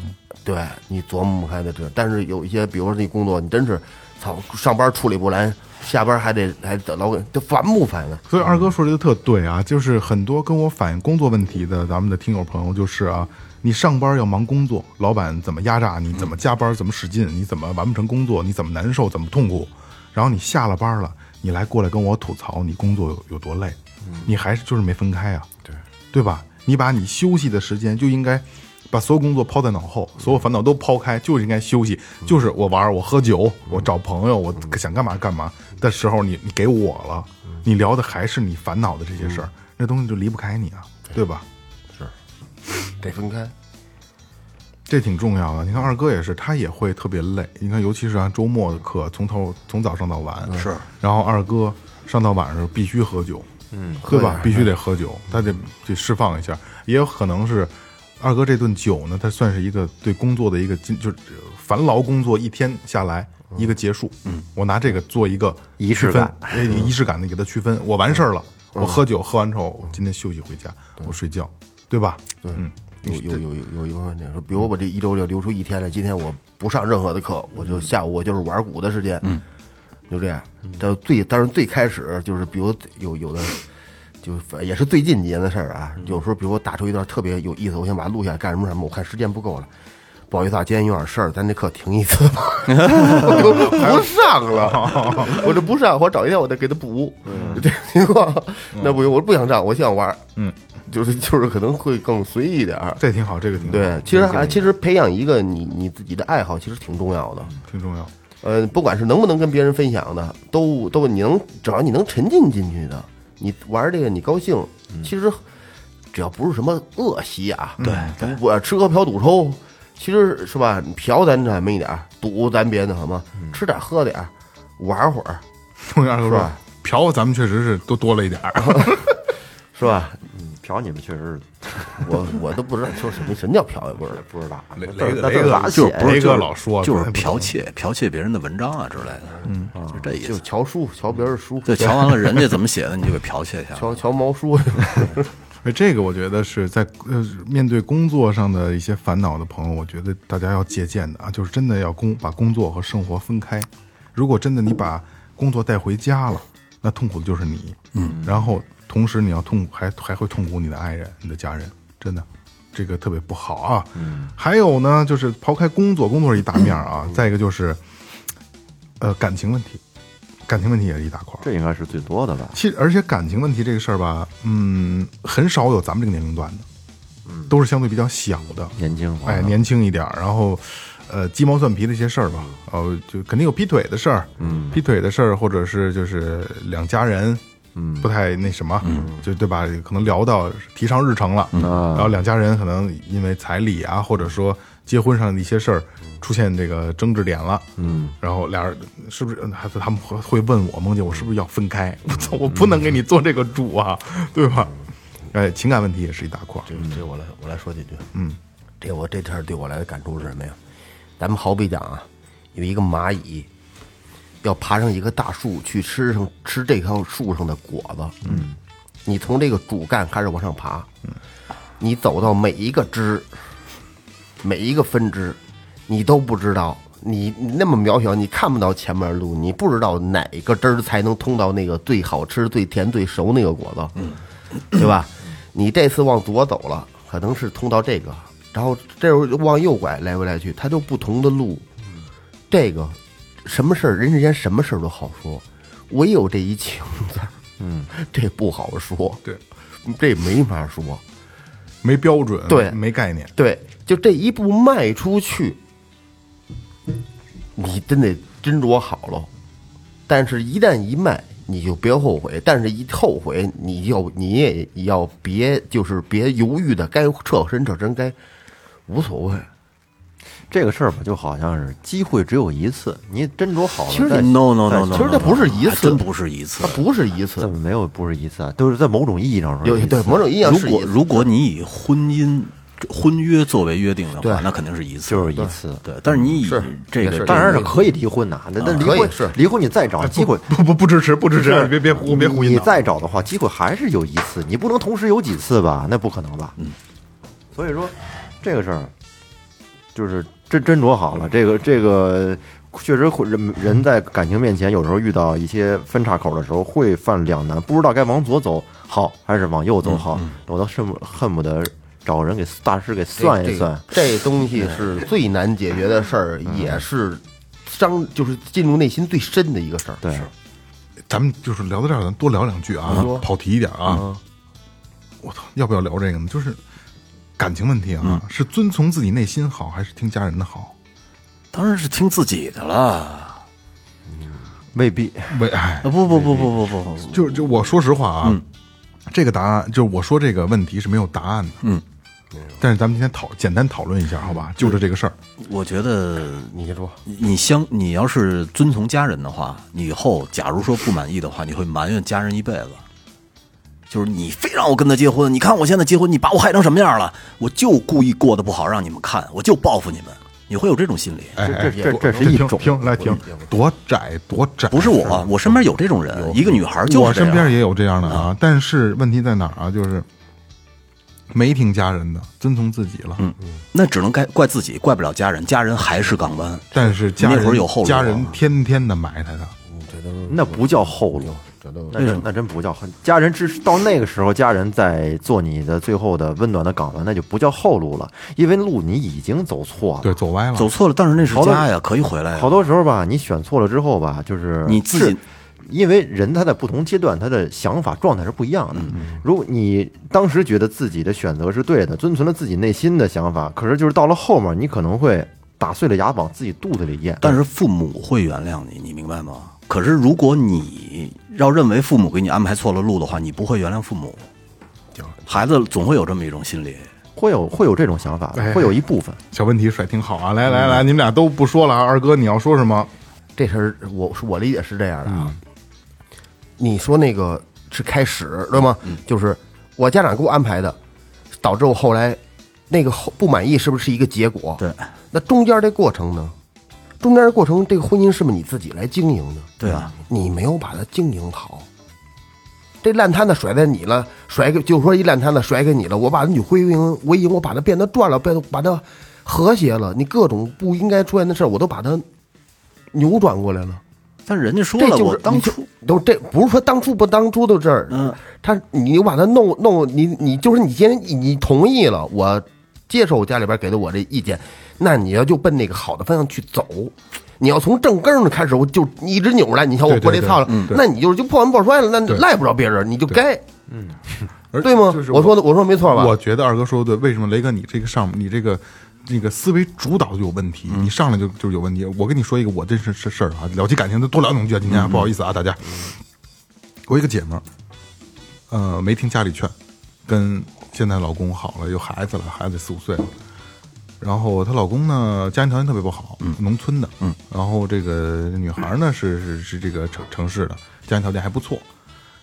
[SPEAKER 4] 对你琢磨不开的这。但是有一些，比如说这工作，你真是操上班处理不来，下班还得还得老给，这烦不烦啊？
[SPEAKER 3] 所以二哥说的就特对啊，就是很多跟我反映工作问题的咱们的听友朋友，就是啊，你上班要忙工作，老板怎么压榨你，怎么加班，怎么使劲，你怎么完不成工作，你怎么难受，怎么痛苦，然后你下了班了，你来过来跟我吐槽你工作有有多累，
[SPEAKER 6] 嗯
[SPEAKER 3] 你还是就是没分开啊，对对吧？你把你休息的时间就应该把所有工作抛在脑后，所有烦恼都抛开，就是应该休息，就是我玩儿，我喝酒，我找朋友，我想干嘛干嘛的时候，你你给我了，你聊的还是你烦恼的这些事儿，那东西就离不开你啊，对吧？
[SPEAKER 4] 得分开。
[SPEAKER 3] 这挺重要的。你看二哥也是，他也会特别累。你看，尤其是按周末的课，从头从早上到晚是。然后二哥上到晚上必须喝酒，嗯，对吧？必须得喝酒，他得得释放一下。也有可能是二哥这顿酒呢，他算是一个对工作的一个进，就是烦劳工作一天下来。一个结束，嗯，我拿这个做一个
[SPEAKER 5] 仪式
[SPEAKER 3] 区分
[SPEAKER 5] 感，
[SPEAKER 3] 哎仪式感的给他区分。我完事儿了，我喝酒，喝完之后，我今天休息回家，我睡觉，对吧？嗯对，嗯，
[SPEAKER 4] 有有有有有一部分那说，比如我把这一周就留出一天来，今天我不上任何的课，我就下午我就是玩鼓的时间，嗯，就这样。但最但是最开始就是，比如有有的，就是反也是最近几年的事儿啊。有时候比如我打出一段特别有意思，我想把它录下来，干什么什么，我看时间不够了。不好意思啊，今天有点事儿，咱这课停一次 吧，我就不上 了，我就不上，我找一天我再给他补，就 这情况。那不行，我不想上，我想玩，嗯，就是就是可能会更随意一点儿，
[SPEAKER 3] 这挺好，这个挺好
[SPEAKER 4] 对，其实还其实培养一个你你自己的爱好，其实挺重要的。
[SPEAKER 3] 挺重要。
[SPEAKER 4] 呃，不管是能不能跟别人分享的，都都你能，只要你能沉浸进去的，你玩这个你高兴，其实只要不是什么恶习啊，嗯对，我吃喝嫖赌抽，其实是吧？你嫖咱咱们一点儿，赌咱别那什么，吃点儿喝点儿，玩会儿，
[SPEAKER 3] 同样二哥
[SPEAKER 4] 是
[SPEAKER 3] 说
[SPEAKER 4] 吧，
[SPEAKER 3] 嫖咱们确实是都多了一点儿，
[SPEAKER 4] 是吧？
[SPEAKER 5] 嫖嗯你们确实
[SPEAKER 4] 我我都不知道说什么什么叫嫖，也不知
[SPEAKER 5] 是
[SPEAKER 4] 道。
[SPEAKER 5] 不知 道，
[SPEAKER 3] 雷
[SPEAKER 5] 那
[SPEAKER 3] 雷
[SPEAKER 5] 那
[SPEAKER 3] 哥
[SPEAKER 5] 字
[SPEAKER 3] 雷
[SPEAKER 5] 儿咋
[SPEAKER 3] 哥
[SPEAKER 5] 写
[SPEAKER 3] 就
[SPEAKER 5] 呀？
[SPEAKER 3] 是雷哥老说
[SPEAKER 6] 就是剽窃剽窃别人的文章啊之类的，嗯，就这意
[SPEAKER 4] 就
[SPEAKER 6] 思。
[SPEAKER 4] 瞧书，瞧别人书，
[SPEAKER 6] 就瞧完了人家怎么写的，你就给剽窃 一下。
[SPEAKER 4] 瞧瞧毛书，
[SPEAKER 3] 所以哎这个我觉得是在呃面对工作上的一些烦恼的朋友，我觉得大家要借鉴的啊，就是真的要工把工作和生活分开。如果真的你把工作带回家了，那痛苦的就是你，嗯，然后同时你要痛苦还还会痛苦你的爱人、你的家人，真的。这个特别不好啊，嗯，还有呢，就是抛开工作，工作是一大面儿啊，再一个就是，呃，感情问题，感情问题也是一大块儿。啊
[SPEAKER 5] 这应该是最多的吧？
[SPEAKER 3] 其实，而且感情问题这个事儿吧，嗯，很少有咱们这个年龄段的，都是相对比较小的，
[SPEAKER 5] 年轻化
[SPEAKER 3] 哎，年轻一点儿，然后，呃，鸡毛蒜皮的一些事儿吧，呃，就肯定有劈腿的事儿，嗯，劈腿的事儿，或者是就是两家人，嗯，不太那什么，就对吧？可能聊到提上日程了，然后两家人可能因为彩礼啊，或者说结婚上的一些事儿出现这个争执点了，嗯，然后俩人是不是还他们会会问我梦姐，我是不是要分开？ 我操，我不能给你做这个主啊，对吧？哎，情感问题也是一大块儿，
[SPEAKER 4] 这这我来我来说几句。嗯，这我这天儿对我来的感触是什么呀？咱们好比讲啊，有一个蚂蚁要爬上一棵大树去吃上吃这棵树上的果子。嗯，你从这个主干开始往上爬，嗯，你走到每一个枝，每一个分支，你都不知道。你你那么渺小，你看不到前面的路，你不知道哪个枝儿才能通到那个最好吃、最甜、最熟那个果子。嗯，对吧？你这次往左走了，可能是通到这个，然后这时候往右拐，来回来去，它就不同的路。这个什么事儿，人世间什么事儿都好说，唯有这一情字儿，嗯，这不好说，
[SPEAKER 3] 对，
[SPEAKER 4] 这没法说。
[SPEAKER 3] 没标准，
[SPEAKER 4] 对
[SPEAKER 3] 没概念。
[SPEAKER 4] 对，就这一步迈出去，你真得斟酌好了。但是，一旦一迈，你就别后悔。但是，一后悔，你要你也要别就是别犹豫的，该撤身撤身，该无所谓。
[SPEAKER 5] 这个事儿吧，就好像是机会只有一次，你斟酌好了。
[SPEAKER 4] 其实
[SPEAKER 5] 再
[SPEAKER 6] no no
[SPEAKER 5] 再
[SPEAKER 6] no no，
[SPEAKER 4] 其实这不是一次
[SPEAKER 6] 还真不是一次
[SPEAKER 4] 它。不是一
[SPEAKER 5] 这
[SPEAKER 4] 次，
[SPEAKER 5] 没有不是一次啊，都是在某种意义上说
[SPEAKER 4] 有
[SPEAKER 5] 是一次。
[SPEAKER 4] 对某种意义上
[SPEAKER 6] 如
[SPEAKER 4] 是一
[SPEAKER 6] 果
[SPEAKER 4] 次
[SPEAKER 6] 如果你以婚姻婚约作为约定的
[SPEAKER 4] 对
[SPEAKER 6] 话，那肯定是一次，
[SPEAKER 5] 就是一次
[SPEAKER 6] 对，但是你以
[SPEAKER 4] 是
[SPEAKER 6] 这
[SPEAKER 4] 也
[SPEAKER 6] 个
[SPEAKER 4] 是
[SPEAKER 5] 当然是可以离婚的，那那离
[SPEAKER 4] 可以
[SPEAKER 5] 婚
[SPEAKER 4] 是
[SPEAKER 5] 离婚，你再找机会，
[SPEAKER 3] 不不不支持，不支持，
[SPEAKER 5] 是
[SPEAKER 3] 别别胡别胡
[SPEAKER 5] 你
[SPEAKER 3] 引导。
[SPEAKER 5] 再找的话，机会还是有一次，你不能同时有几次吧？那不可能吧？嗯，所以说这个事儿就是斟斟酌好了，这个这个确实会人人在感情面前，有时候遇到一些分岔口的时候，会犯两难，不知道该往左走好还是往右走好，我都恨不恨不得找人给大师给算一算。嗯
[SPEAKER 4] 这这东西是最难解决的事儿，也是伤就是进入内心最深的一个事儿。
[SPEAKER 5] 对，
[SPEAKER 3] 咱们就是聊到这儿，咱多聊两句啊，跑题一点啊。我操，要不要聊这个呢？就是感情问题啊，是遵从自己内心好，还是听家人的好？
[SPEAKER 6] 当然是听自己的了。啊
[SPEAKER 5] 未必
[SPEAKER 3] 喂，哎，
[SPEAKER 6] 啊不不不不不不不，
[SPEAKER 3] 就是就我说实话啊，这个答案就是我说这个问题是没有答案的。嗯，但是咱们今天讨简单讨论一下，好吧？就着这个事儿，
[SPEAKER 6] 我觉得
[SPEAKER 4] 你先说，
[SPEAKER 6] 你相你要是遵从家人的话，你以后假如说不满意的话，你会埋怨家人一辈子。就是你非让我跟他结婚，你看我现在结婚，你把我害成什么样了？我就故意过得不好让你们看，我就报复你们，你会有这种心理。
[SPEAKER 3] 哎，哎
[SPEAKER 5] 这这
[SPEAKER 3] 我
[SPEAKER 5] 这是一
[SPEAKER 3] 听
[SPEAKER 5] 种
[SPEAKER 3] 听来听，多窄多窄，
[SPEAKER 6] 不是我，我身边有这种人，一个女孩就
[SPEAKER 3] 我
[SPEAKER 6] 是这
[SPEAKER 3] 身边
[SPEAKER 6] 样。
[SPEAKER 3] 啊
[SPEAKER 6] 嗯
[SPEAKER 3] 也有这样的啊，但是问题在哪儿啊？就是没听家人的，遵从自己了。嗯，
[SPEAKER 6] 那只能怪怪自己，怪不了家人，家人还是港湾。
[SPEAKER 3] 但是家人
[SPEAKER 6] 那会儿有后路啊
[SPEAKER 3] 家人天天的埋汰他。
[SPEAKER 5] 那不叫后路。
[SPEAKER 4] 这都
[SPEAKER 5] 那真那真不叫恨，家人只是到那个时候，家人在做你的最后的温暖的港湾，那就不叫后路了，因为路你已经走错
[SPEAKER 3] 对，
[SPEAKER 5] 了。
[SPEAKER 3] 走歪了。
[SPEAKER 6] 走错了，但是那是
[SPEAKER 5] 好多
[SPEAKER 6] 家呀，可以回来呀。
[SPEAKER 5] 好多时候吧，你选错了之后吧，就是
[SPEAKER 6] 你自己
[SPEAKER 5] 是因为人他在不同阶段，他的想法状态是不一样的。如果你当时觉得自己的选择是对的，遵从了自己内心的想法，可是就是到了后面，你可能会打碎了牙往自己肚子里咽。
[SPEAKER 6] 但是父母会原谅你，你明白吗？可是如果你要认为父母给你安排错了路的话，你不会原谅父母。孩子总会有这么一种心理，
[SPEAKER 5] 会有会有这种想法
[SPEAKER 3] 哎，
[SPEAKER 5] 会有一部分。
[SPEAKER 3] 小问题甩挺好啊！来来
[SPEAKER 6] 嗯
[SPEAKER 3] 来，你们俩都不说了啊，二哥你要说什么？
[SPEAKER 4] 这事儿我我理解是这样的啊。你说那个是开始对吗？就是我家长给我安排的，导致我后来那个后不满意，是不是一个结果？
[SPEAKER 6] 对，
[SPEAKER 4] 那中间这过程呢？中间的过程，这个婚姻是不是你自己来经营的？
[SPEAKER 6] 对啊，
[SPEAKER 4] 你没有把它经营好。这烂摊子甩在你了，甩给就说一烂摊子甩给你了，我把它扭归零为零，我把它变得转了，变得把它和谐了，你各种不应该出现的事儿，我都把它扭转过来了。
[SPEAKER 6] 但是人家说
[SPEAKER 4] 这
[SPEAKER 6] 了，
[SPEAKER 4] 就是
[SPEAKER 6] 我当初
[SPEAKER 4] 你就都这不是说当初不当初的事儿，
[SPEAKER 6] 嗯，
[SPEAKER 4] 他你又把他弄弄你你就是你先你你同意了，我接受家里边给的我这意见，那你要就奔那个好的方向去走。你要从正根儿上开始，我就一直扭着来。你瞧我
[SPEAKER 3] 对对
[SPEAKER 4] 过这套了，
[SPEAKER 3] 对嗯
[SPEAKER 4] 那你就是就破罐破摔了，那你
[SPEAKER 3] 对
[SPEAKER 4] 赖不着别人，你就该
[SPEAKER 3] 而
[SPEAKER 4] 对吗？
[SPEAKER 3] 就是
[SPEAKER 4] 我说的我说没错吧？
[SPEAKER 3] 我觉得二哥说的对，为什么雷哥你这个上你这个那个思维主导就有问题？你上来就就是有问题。我跟你说一个我真实事事儿啊，聊起感情的多聊两句啊，今天啊不好意思啊大家。我一个姐们儿，呃，没听家里劝，跟现在老公好了，有孩子了，孩子四五岁了。然后她老公呢，家庭条件特别不好，农村的，嗯，然后这个女孩呢是是是这个城城市的，家庭条件还不错。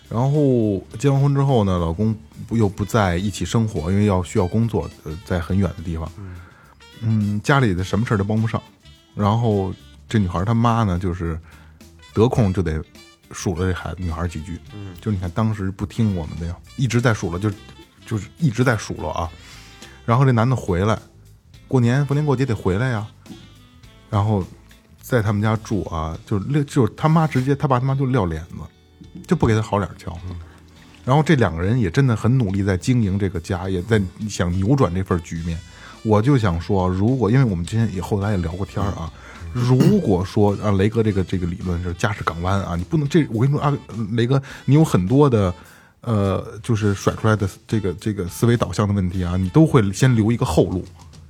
[SPEAKER 3] 然后结完婚之后呢，老公不又不在一起生活，因为要需要工作，呃，在很远的地方，嗯，家里的什么事儿都帮不上。然后这女孩她妈呢，就是得空就得数落这孩子女孩几句，嗯，就是你看当时不听我们的呀，一直在数落，就啊就是一直在数落啊。然后这男的回来，过年逢年过节得回来呀，然后在他们家住啊，就撂就是他妈直接他爸他妈就撂脸子，就不给他好脸瞧。嗯然后这两个人也真的很努力在经营这个家，也在想扭转这份局面。我就想说，如果因为我们之前也后来也聊过天儿啊，如果说啊雷哥这个这个理论是家是港湾啊，你不能这我跟你说啊，雷哥你有很多的。呃，就是甩出来的这个这个思维导向的问题啊，你都会先留一个后路，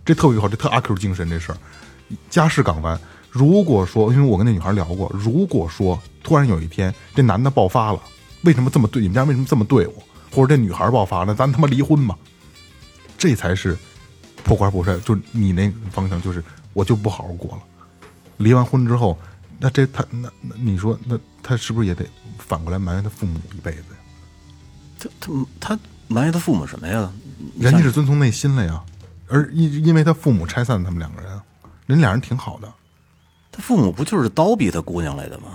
[SPEAKER 3] 这特别好，这特阿 Q 精神这事儿。家是港湾，如果说，因为我跟那女孩聊过，如果说突然有一天这男的爆发了，为什么这么对你们家为什么这么对我，或者这女孩爆发了，咱他妈离婚吧，这才是破罐破摔，就是你那个方向，就是我就不好好过了。离完婚之后，那这他那那你说那他是不是也得反过来埋怨他父母一辈子呀？
[SPEAKER 6] 他他他埋怨他父母什么呀？
[SPEAKER 3] 人家是遵从内心了呀，而因因为他父母拆散他们两个人，啊人俩人挺好的，
[SPEAKER 6] 他父母不就是叨逼他姑娘来的吗？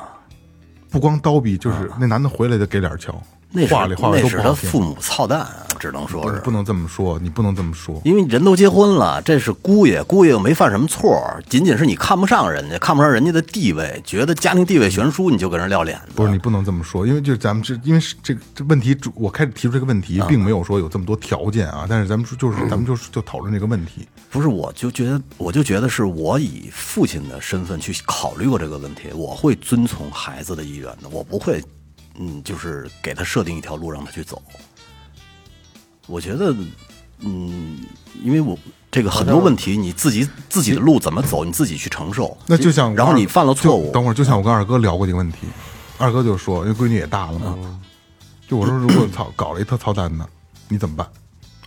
[SPEAKER 3] 不光刀逼，就是那男的回来就给脸瞧
[SPEAKER 6] 啊那，是
[SPEAKER 3] 话里话外
[SPEAKER 6] 那
[SPEAKER 3] 都
[SPEAKER 6] 是
[SPEAKER 3] 不
[SPEAKER 6] 他
[SPEAKER 3] 好听。
[SPEAKER 6] 父母操蛋啊，只能说
[SPEAKER 3] 不
[SPEAKER 6] 是
[SPEAKER 3] 不能这么说，你不能这么说。
[SPEAKER 6] 因为人都结婚了，这是姑爷，姑爷又没犯什么错儿，仅仅是你看不上人家，看不上人家的地位，觉得家庭地位悬殊，你就给人撂脸子。
[SPEAKER 3] 不是你不能这么说，因为就是咱们这，因为是这这问题主，我开始提出这个问
[SPEAKER 6] 啊
[SPEAKER 3] 题，并没有说有这么多条件啊，但是咱们说就是咱们就是就讨论这个问题，
[SPEAKER 6] 不是，我就觉得，我就觉得是我以父亲的身份去考虑过这个问题，我会遵从孩子的意愿的，我不会，嗯，就是给他设定一条路让他去走。我觉得，嗯，因为我这个很多问题，你自己自己的路怎么走，你自己去承受。
[SPEAKER 3] 那就像我
[SPEAKER 6] 然后
[SPEAKER 3] 二
[SPEAKER 6] 你犯了错误
[SPEAKER 3] 就，等会儿就像我跟二哥聊过这个问题，二哥就说，因为闺女也大了嘛，
[SPEAKER 6] 嗯
[SPEAKER 3] 就我说如果操搞了一特操蛋的，你怎么办？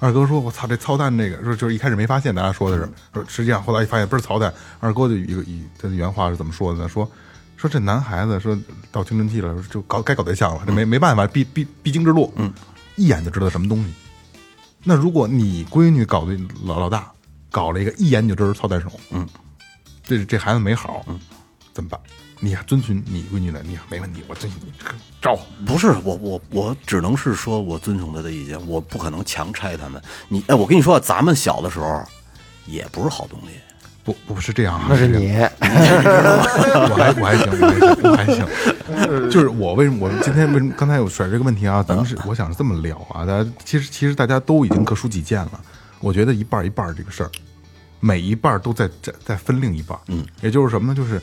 [SPEAKER 3] 二哥说：“我操，这操蛋这个，说就是一开始没发现，大家说的是，说实际上后来一发现倍儿操蛋。”二哥就一个以他的原话是怎么说的呢？说说这男孩子说到青春期了，就搞该搞对象了，这
[SPEAKER 6] 嗯
[SPEAKER 3] 没没办法，必必必经之路。嗯，一眼就知道什么东西。那如果你闺女搞对老老大，搞了一个一眼就知道是操蛋手，嗯，这这孩子没好，嗯，怎么办？你还遵循你闺女的，你还没问题，我遵循你这个招我。
[SPEAKER 6] 不是我我我只能是说我遵从他的意见，我不可能强拆他们。你哎，我跟你说，咱们小的时候也不是好东西。
[SPEAKER 3] 不不是这样啊，
[SPEAKER 4] 那是
[SPEAKER 3] 这样
[SPEAKER 4] 你，
[SPEAKER 3] 我还我还行，我还行，我还行。就是我为什么我今天为什么刚才有甩这个问题啊？咱们是我想是这么聊啊，大家其实其实大家都已经各抒己见了，我觉得一半儿一半儿这个事儿，每一半儿都在在在分另一半，嗯，也就是什么呢？就是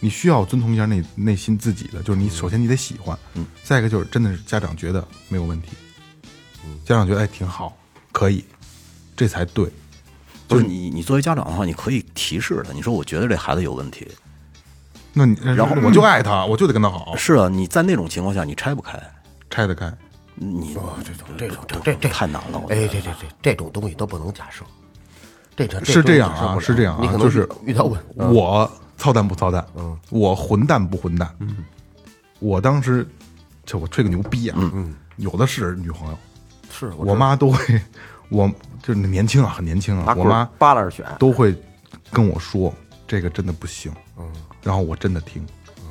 [SPEAKER 3] 你需要遵从一下内内心自己的，就是你首先你得喜欢，嗯，再一个就是真的是家长觉得没有问题，家长觉得哎挺好，可以，这才对，
[SPEAKER 6] 就是你你作为家长的话，你可以提示他，你说我觉得这孩子有问题。
[SPEAKER 3] 那你然
[SPEAKER 6] 后
[SPEAKER 3] 我就爱他，我就得跟他好，
[SPEAKER 4] 哦
[SPEAKER 6] 是啊，你在那种情况下你拆不开，
[SPEAKER 3] 拆得开。
[SPEAKER 6] 你
[SPEAKER 4] 哦这种这种这这
[SPEAKER 6] 太难了我觉得
[SPEAKER 4] 哎，这这这这种东西都不能假设，这这
[SPEAKER 3] 是这样
[SPEAKER 4] 种假设
[SPEAKER 3] 啊，
[SPEAKER 4] 不了
[SPEAKER 3] 是这样
[SPEAKER 4] 你可
[SPEAKER 3] 啊，
[SPEAKER 4] 能
[SPEAKER 3] 就是嗯
[SPEAKER 4] 遇到问
[SPEAKER 3] 我操蛋不操蛋，嗯，我混蛋不混蛋，嗯嗯，我当时就我吹个牛逼啊，嗯，有的是女朋友，
[SPEAKER 4] 是
[SPEAKER 3] 我妈都会，我就是年轻啊，很年轻啊
[SPEAKER 5] 拿，
[SPEAKER 3] 我
[SPEAKER 5] 棍
[SPEAKER 3] 妈
[SPEAKER 5] 儿扒拉着选，
[SPEAKER 3] 都会跟我说这个真的不行，嗯，然后我真的听，嗯，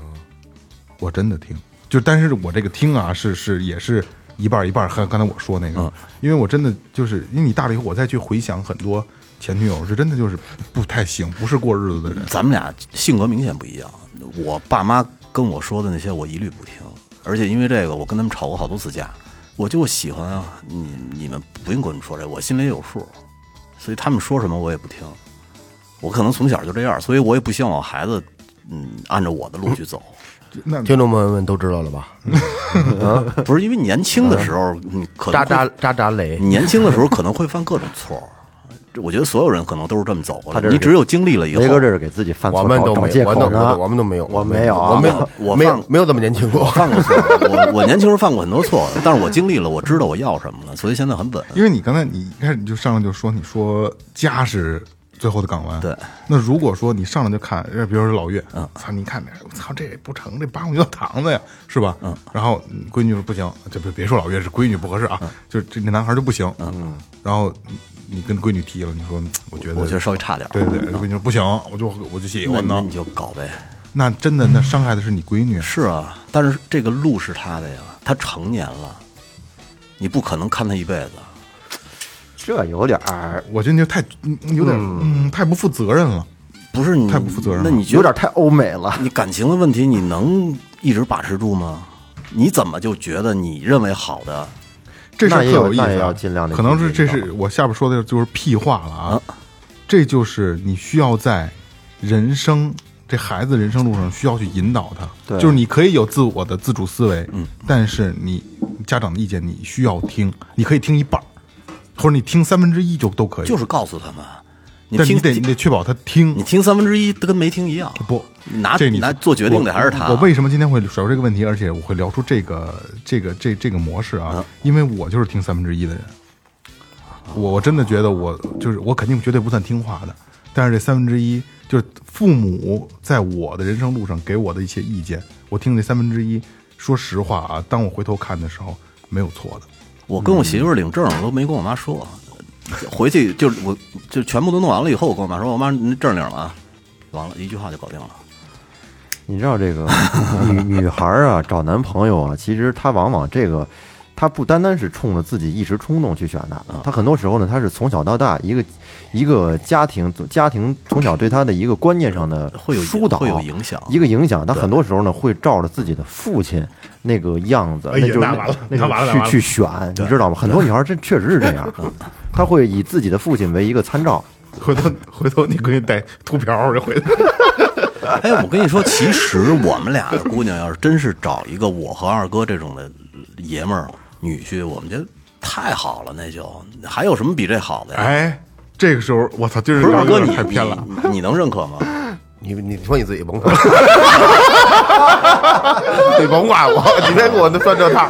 [SPEAKER 3] 我真的听，就但是我这个听啊，是是也是一半儿一半儿，和刚才我说那个，因为我真的就是因为你大了以后，我再去回想很多前女友，是真的就是不太行，不是过日子的人，
[SPEAKER 6] 咱们俩性格明显不一样。我爸妈跟我说的那些，我一律不听。而且因为这个，我跟他们吵过好多次架。我就喜欢啊，你你们不用跟我说这，我心里也有数。所以他们说什么我也不听。我可能从小就这样，所以我也不希望我孩子嗯按照我的路 去走。
[SPEAKER 3] 那
[SPEAKER 4] 听众朋友们都知道了吧？
[SPEAKER 6] 不是因为年轻的时候，你可
[SPEAKER 4] 渣
[SPEAKER 6] 能会
[SPEAKER 4] 渣渣渣雷
[SPEAKER 6] 你，年轻的时候可能会犯各种错儿。这我觉得所有人可能都是这么走过来
[SPEAKER 5] 他这
[SPEAKER 6] 的。
[SPEAKER 5] 是
[SPEAKER 6] 你只有经历了以后，
[SPEAKER 5] 雷哥这是给自己犯
[SPEAKER 4] 我
[SPEAKER 5] 错
[SPEAKER 4] 们
[SPEAKER 5] 找
[SPEAKER 4] 都
[SPEAKER 5] 找
[SPEAKER 4] 没
[SPEAKER 5] 借
[SPEAKER 4] 有，我
[SPEAKER 5] 口呢
[SPEAKER 4] 们。我们都没有，
[SPEAKER 5] 我没有啊
[SPEAKER 4] 我没
[SPEAKER 6] 我
[SPEAKER 4] 有，
[SPEAKER 6] 我
[SPEAKER 4] 没
[SPEAKER 6] 放
[SPEAKER 4] 有没有这么年轻过。
[SPEAKER 6] 犯过错，我 我年轻时候犯过很多错，但是我经历了，我知道我要什么了，所以现在很稳。
[SPEAKER 3] 因为你刚才你一开始你就上来就说，你说家是最后的港湾。
[SPEAKER 6] 对。
[SPEAKER 3] 那
[SPEAKER 6] 那
[SPEAKER 3] 如果说你上来就看，呃比如说老岳，嗯，操，你看这，我操，这也不成，这八五就堂子呀，是吧？嗯。然后嗯闺女说不行，这别别说老岳是闺女不合适啊，就这这男孩就不行。嗯。然后你你跟闺女提了，你说嗯我觉得，
[SPEAKER 6] 我觉得稍微差点儿
[SPEAKER 3] 对对对，闺女说不行，我就我就喜
[SPEAKER 6] 那
[SPEAKER 3] 欢
[SPEAKER 6] 那
[SPEAKER 3] 呢。
[SPEAKER 6] 你就搞呗。
[SPEAKER 3] 那真的，那伤害的是你闺女。
[SPEAKER 6] 是啊，但是这个路是他的呀，他成年了，你不可能看他一辈子。
[SPEAKER 5] 这有点儿，
[SPEAKER 3] 我觉得你就太嗯有点嗯太不负责任了。
[SPEAKER 6] 不是你
[SPEAKER 3] 太不负责任了
[SPEAKER 6] 那你觉
[SPEAKER 5] 有
[SPEAKER 6] 得
[SPEAKER 5] 点太欧美了。
[SPEAKER 6] 你感情的问题，你能一直把持住吗？你怎么就觉得你认为好的？
[SPEAKER 3] 这事
[SPEAKER 5] 那
[SPEAKER 3] 儿特
[SPEAKER 5] 也有
[SPEAKER 3] 意思啊，
[SPEAKER 5] 那也要尽量地
[SPEAKER 3] 可能是
[SPEAKER 5] 去
[SPEAKER 3] 这
[SPEAKER 5] 引导
[SPEAKER 3] 是我下边说的就是屁话了啊，
[SPEAKER 6] 嗯
[SPEAKER 3] 这就是你需要在人生这孩子人生路上需要去引导他，
[SPEAKER 5] 对
[SPEAKER 3] 就是你可以有自我的自主思维，嗯，但是你家长的意见你需要听，你可以听一半儿，或者你听三分之一就都可以，
[SPEAKER 6] 就是告诉他们，你
[SPEAKER 3] 但是
[SPEAKER 6] 听
[SPEAKER 3] 你得你得确保他听
[SPEAKER 5] 嗯
[SPEAKER 6] 你，听三分之一跟没听一样。
[SPEAKER 3] 不，
[SPEAKER 6] 拿
[SPEAKER 3] 这你
[SPEAKER 6] 拿做决定的还是他
[SPEAKER 3] 我。我为什么今天会甩出这个问题，而且我会聊出这个这个这这个模式啊？
[SPEAKER 6] 嗯
[SPEAKER 3] 因为我就是听三分之一的人，我我真的觉得我就是我肯定绝对不算听话的，但是这三分之一就是父母在我的人生路上给我的一些意见，我听这三分之一，说实话啊，当我回头看的时候，没有错的。
[SPEAKER 6] 我跟我媳妇儿领证我都没跟我妈说，回去就是我就全部都弄完了以后，我跟我妈说，我妈那证领了啊，完了一句话就搞定了。
[SPEAKER 5] 你知道这个 女女孩儿啊，找男朋友啊，其实她往往这个，她不单单是冲着自己一时冲动去选的，她很多时候呢，她是从小到大一个一个家庭家庭从小对她的一个观念上的
[SPEAKER 6] 会有影
[SPEAKER 5] 疏导，
[SPEAKER 6] 会有影响
[SPEAKER 5] 一个影响。她很多时候呢，会照着自己的父亲那个样子，
[SPEAKER 3] 哎呀
[SPEAKER 5] 那就是
[SPEAKER 3] 那完了
[SPEAKER 5] 那
[SPEAKER 3] 那完了
[SPEAKER 5] 种
[SPEAKER 3] 那完了
[SPEAKER 5] 去去选，你知道吗？很多女孩儿真确实是这 样，嗯她会以自己的父亲为一个参照。
[SPEAKER 3] 回头回头你可以带秃瓢儿回头。
[SPEAKER 6] 哎，我跟你说，其实我们俩的姑娘要是真是找一个我和二哥这种的爷们儿女婿，我们觉得太好了，那就还有什么比这好的呀？
[SPEAKER 3] 哎，这个时候我操，就是
[SPEAKER 6] 不是二
[SPEAKER 3] 有
[SPEAKER 6] 哥
[SPEAKER 3] 点
[SPEAKER 6] 你
[SPEAKER 3] 太偏了。啊
[SPEAKER 6] 你，你能认可吗？
[SPEAKER 4] 你你说你自己甭管，你甭管 我，你别给我那算这套。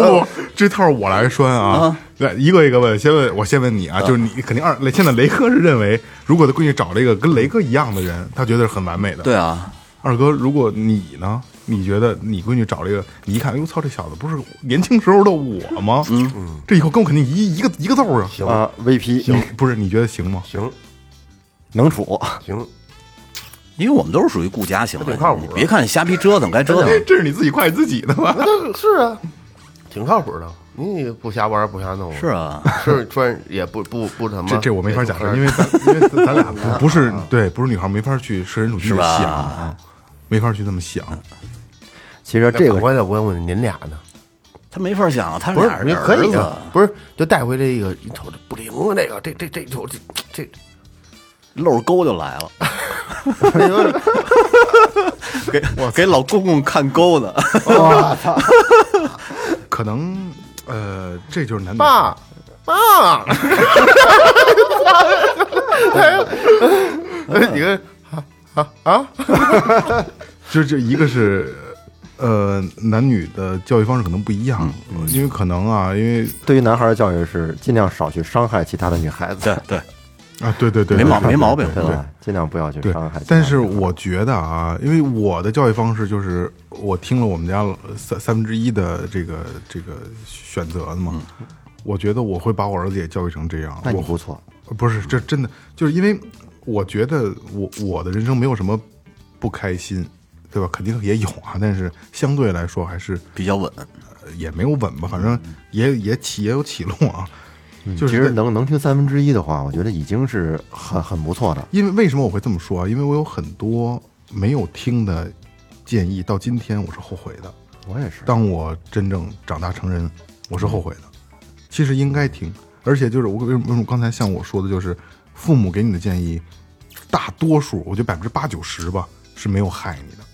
[SPEAKER 3] 不不不，这套我来拴啊！来一个一个问，先问我先问你啊，就是你肯定二，现在雷哥是认为，如果他闺女找了一个跟雷哥一样的人，他觉得是很完美的。
[SPEAKER 6] 对，啊，
[SPEAKER 3] 二哥，如果你呢？你觉得你闺女找了一个，你一看，哎呦操，这小子不是年轻时候的我吗？嗯，这以后跟我肯定一一个一个揍啊！
[SPEAKER 4] 行
[SPEAKER 5] 啊，VP
[SPEAKER 3] 你不是你觉得行吗？
[SPEAKER 4] 行
[SPEAKER 5] 能处，
[SPEAKER 4] 行，
[SPEAKER 6] 因为我们都是属于顾家型的，
[SPEAKER 4] 这挺靠谱啊
[SPEAKER 6] 你别看瞎逼折腾，该折腾。
[SPEAKER 3] 这是你自己夸你自己的吧？
[SPEAKER 4] 那是啊，挺靠谱的。你也不瞎玩儿不瞎弄，
[SPEAKER 6] 是啊，
[SPEAKER 4] 是穿也不不不什么。
[SPEAKER 3] 这这我没法
[SPEAKER 4] 也
[SPEAKER 3] 假
[SPEAKER 4] 不
[SPEAKER 3] 设，
[SPEAKER 4] 是
[SPEAKER 3] 因为咱因为咱俩不不是对，不是女孩，没法去设身处地的
[SPEAKER 6] 是吧
[SPEAKER 3] 想啊，没法去这么想。
[SPEAKER 5] 其实
[SPEAKER 4] 那
[SPEAKER 5] 这个
[SPEAKER 4] 我也问问您俩呢？
[SPEAKER 6] 他没法想，他
[SPEAKER 4] 不是
[SPEAKER 6] 俩，
[SPEAKER 4] 你
[SPEAKER 6] 人
[SPEAKER 4] 可以
[SPEAKER 6] 啊
[SPEAKER 4] 啊，，不是就带回这个，你瞅这不灵啊，这个这这这瞅这这
[SPEAKER 6] 露着沟就来了，给给老公公看沟呢。
[SPEAKER 3] 可能呃，这就是男女
[SPEAKER 4] 爸爸，你看
[SPEAKER 3] 就这一个是呃男女的教育方式可能不一样，因为可能啊，因为
[SPEAKER 5] 对于男孩的教育是尽量少去伤害其他的女孩子，
[SPEAKER 6] 对对，
[SPEAKER 3] 啊，对对对，
[SPEAKER 6] 没毛
[SPEAKER 3] 对
[SPEAKER 6] 没毛病啊
[SPEAKER 5] 对吧？尽量不要去
[SPEAKER 3] 对
[SPEAKER 5] 伤害其他的女孩。
[SPEAKER 3] 但是我觉得啊，因为我的教育方式就是我听了我们家三三分之一的这个这个选择的嘛，我觉得我会把我儿子也教育成这样。
[SPEAKER 5] 嗯那你
[SPEAKER 3] 我
[SPEAKER 5] 不嗯错，
[SPEAKER 3] 不是，这真的就是因为我觉得我我的人生没有什么不开心，对吧？肯定也有
[SPEAKER 5] 嗯
[SPEAKER 3] 啊，但是相对来说还是
[SPEAKER 6] 比较稳。
[SPEAKER 3] 呃也没有稳吧，反正也也起也有起落啊。就
[SPEAKER 5] 嗯其
[SPEAKER 3] 是
[SPEAKER 5] 实能能听三分之一的话，我觉得已经是很很不错的。
[SPEAKER 3] 因为为什么我会这么说啊？因为我有很多没有听的建议，到今天我是后悔的。
[SPEAKER 5] 我也是，
[SPEAKER 3] 当我真正长大成人，我是后悔的。其实应该听，而且就是我为什么为什么刚才像我说的，就是父母给你的建议，大多数我觉得百分之八九十吧是没有害你的。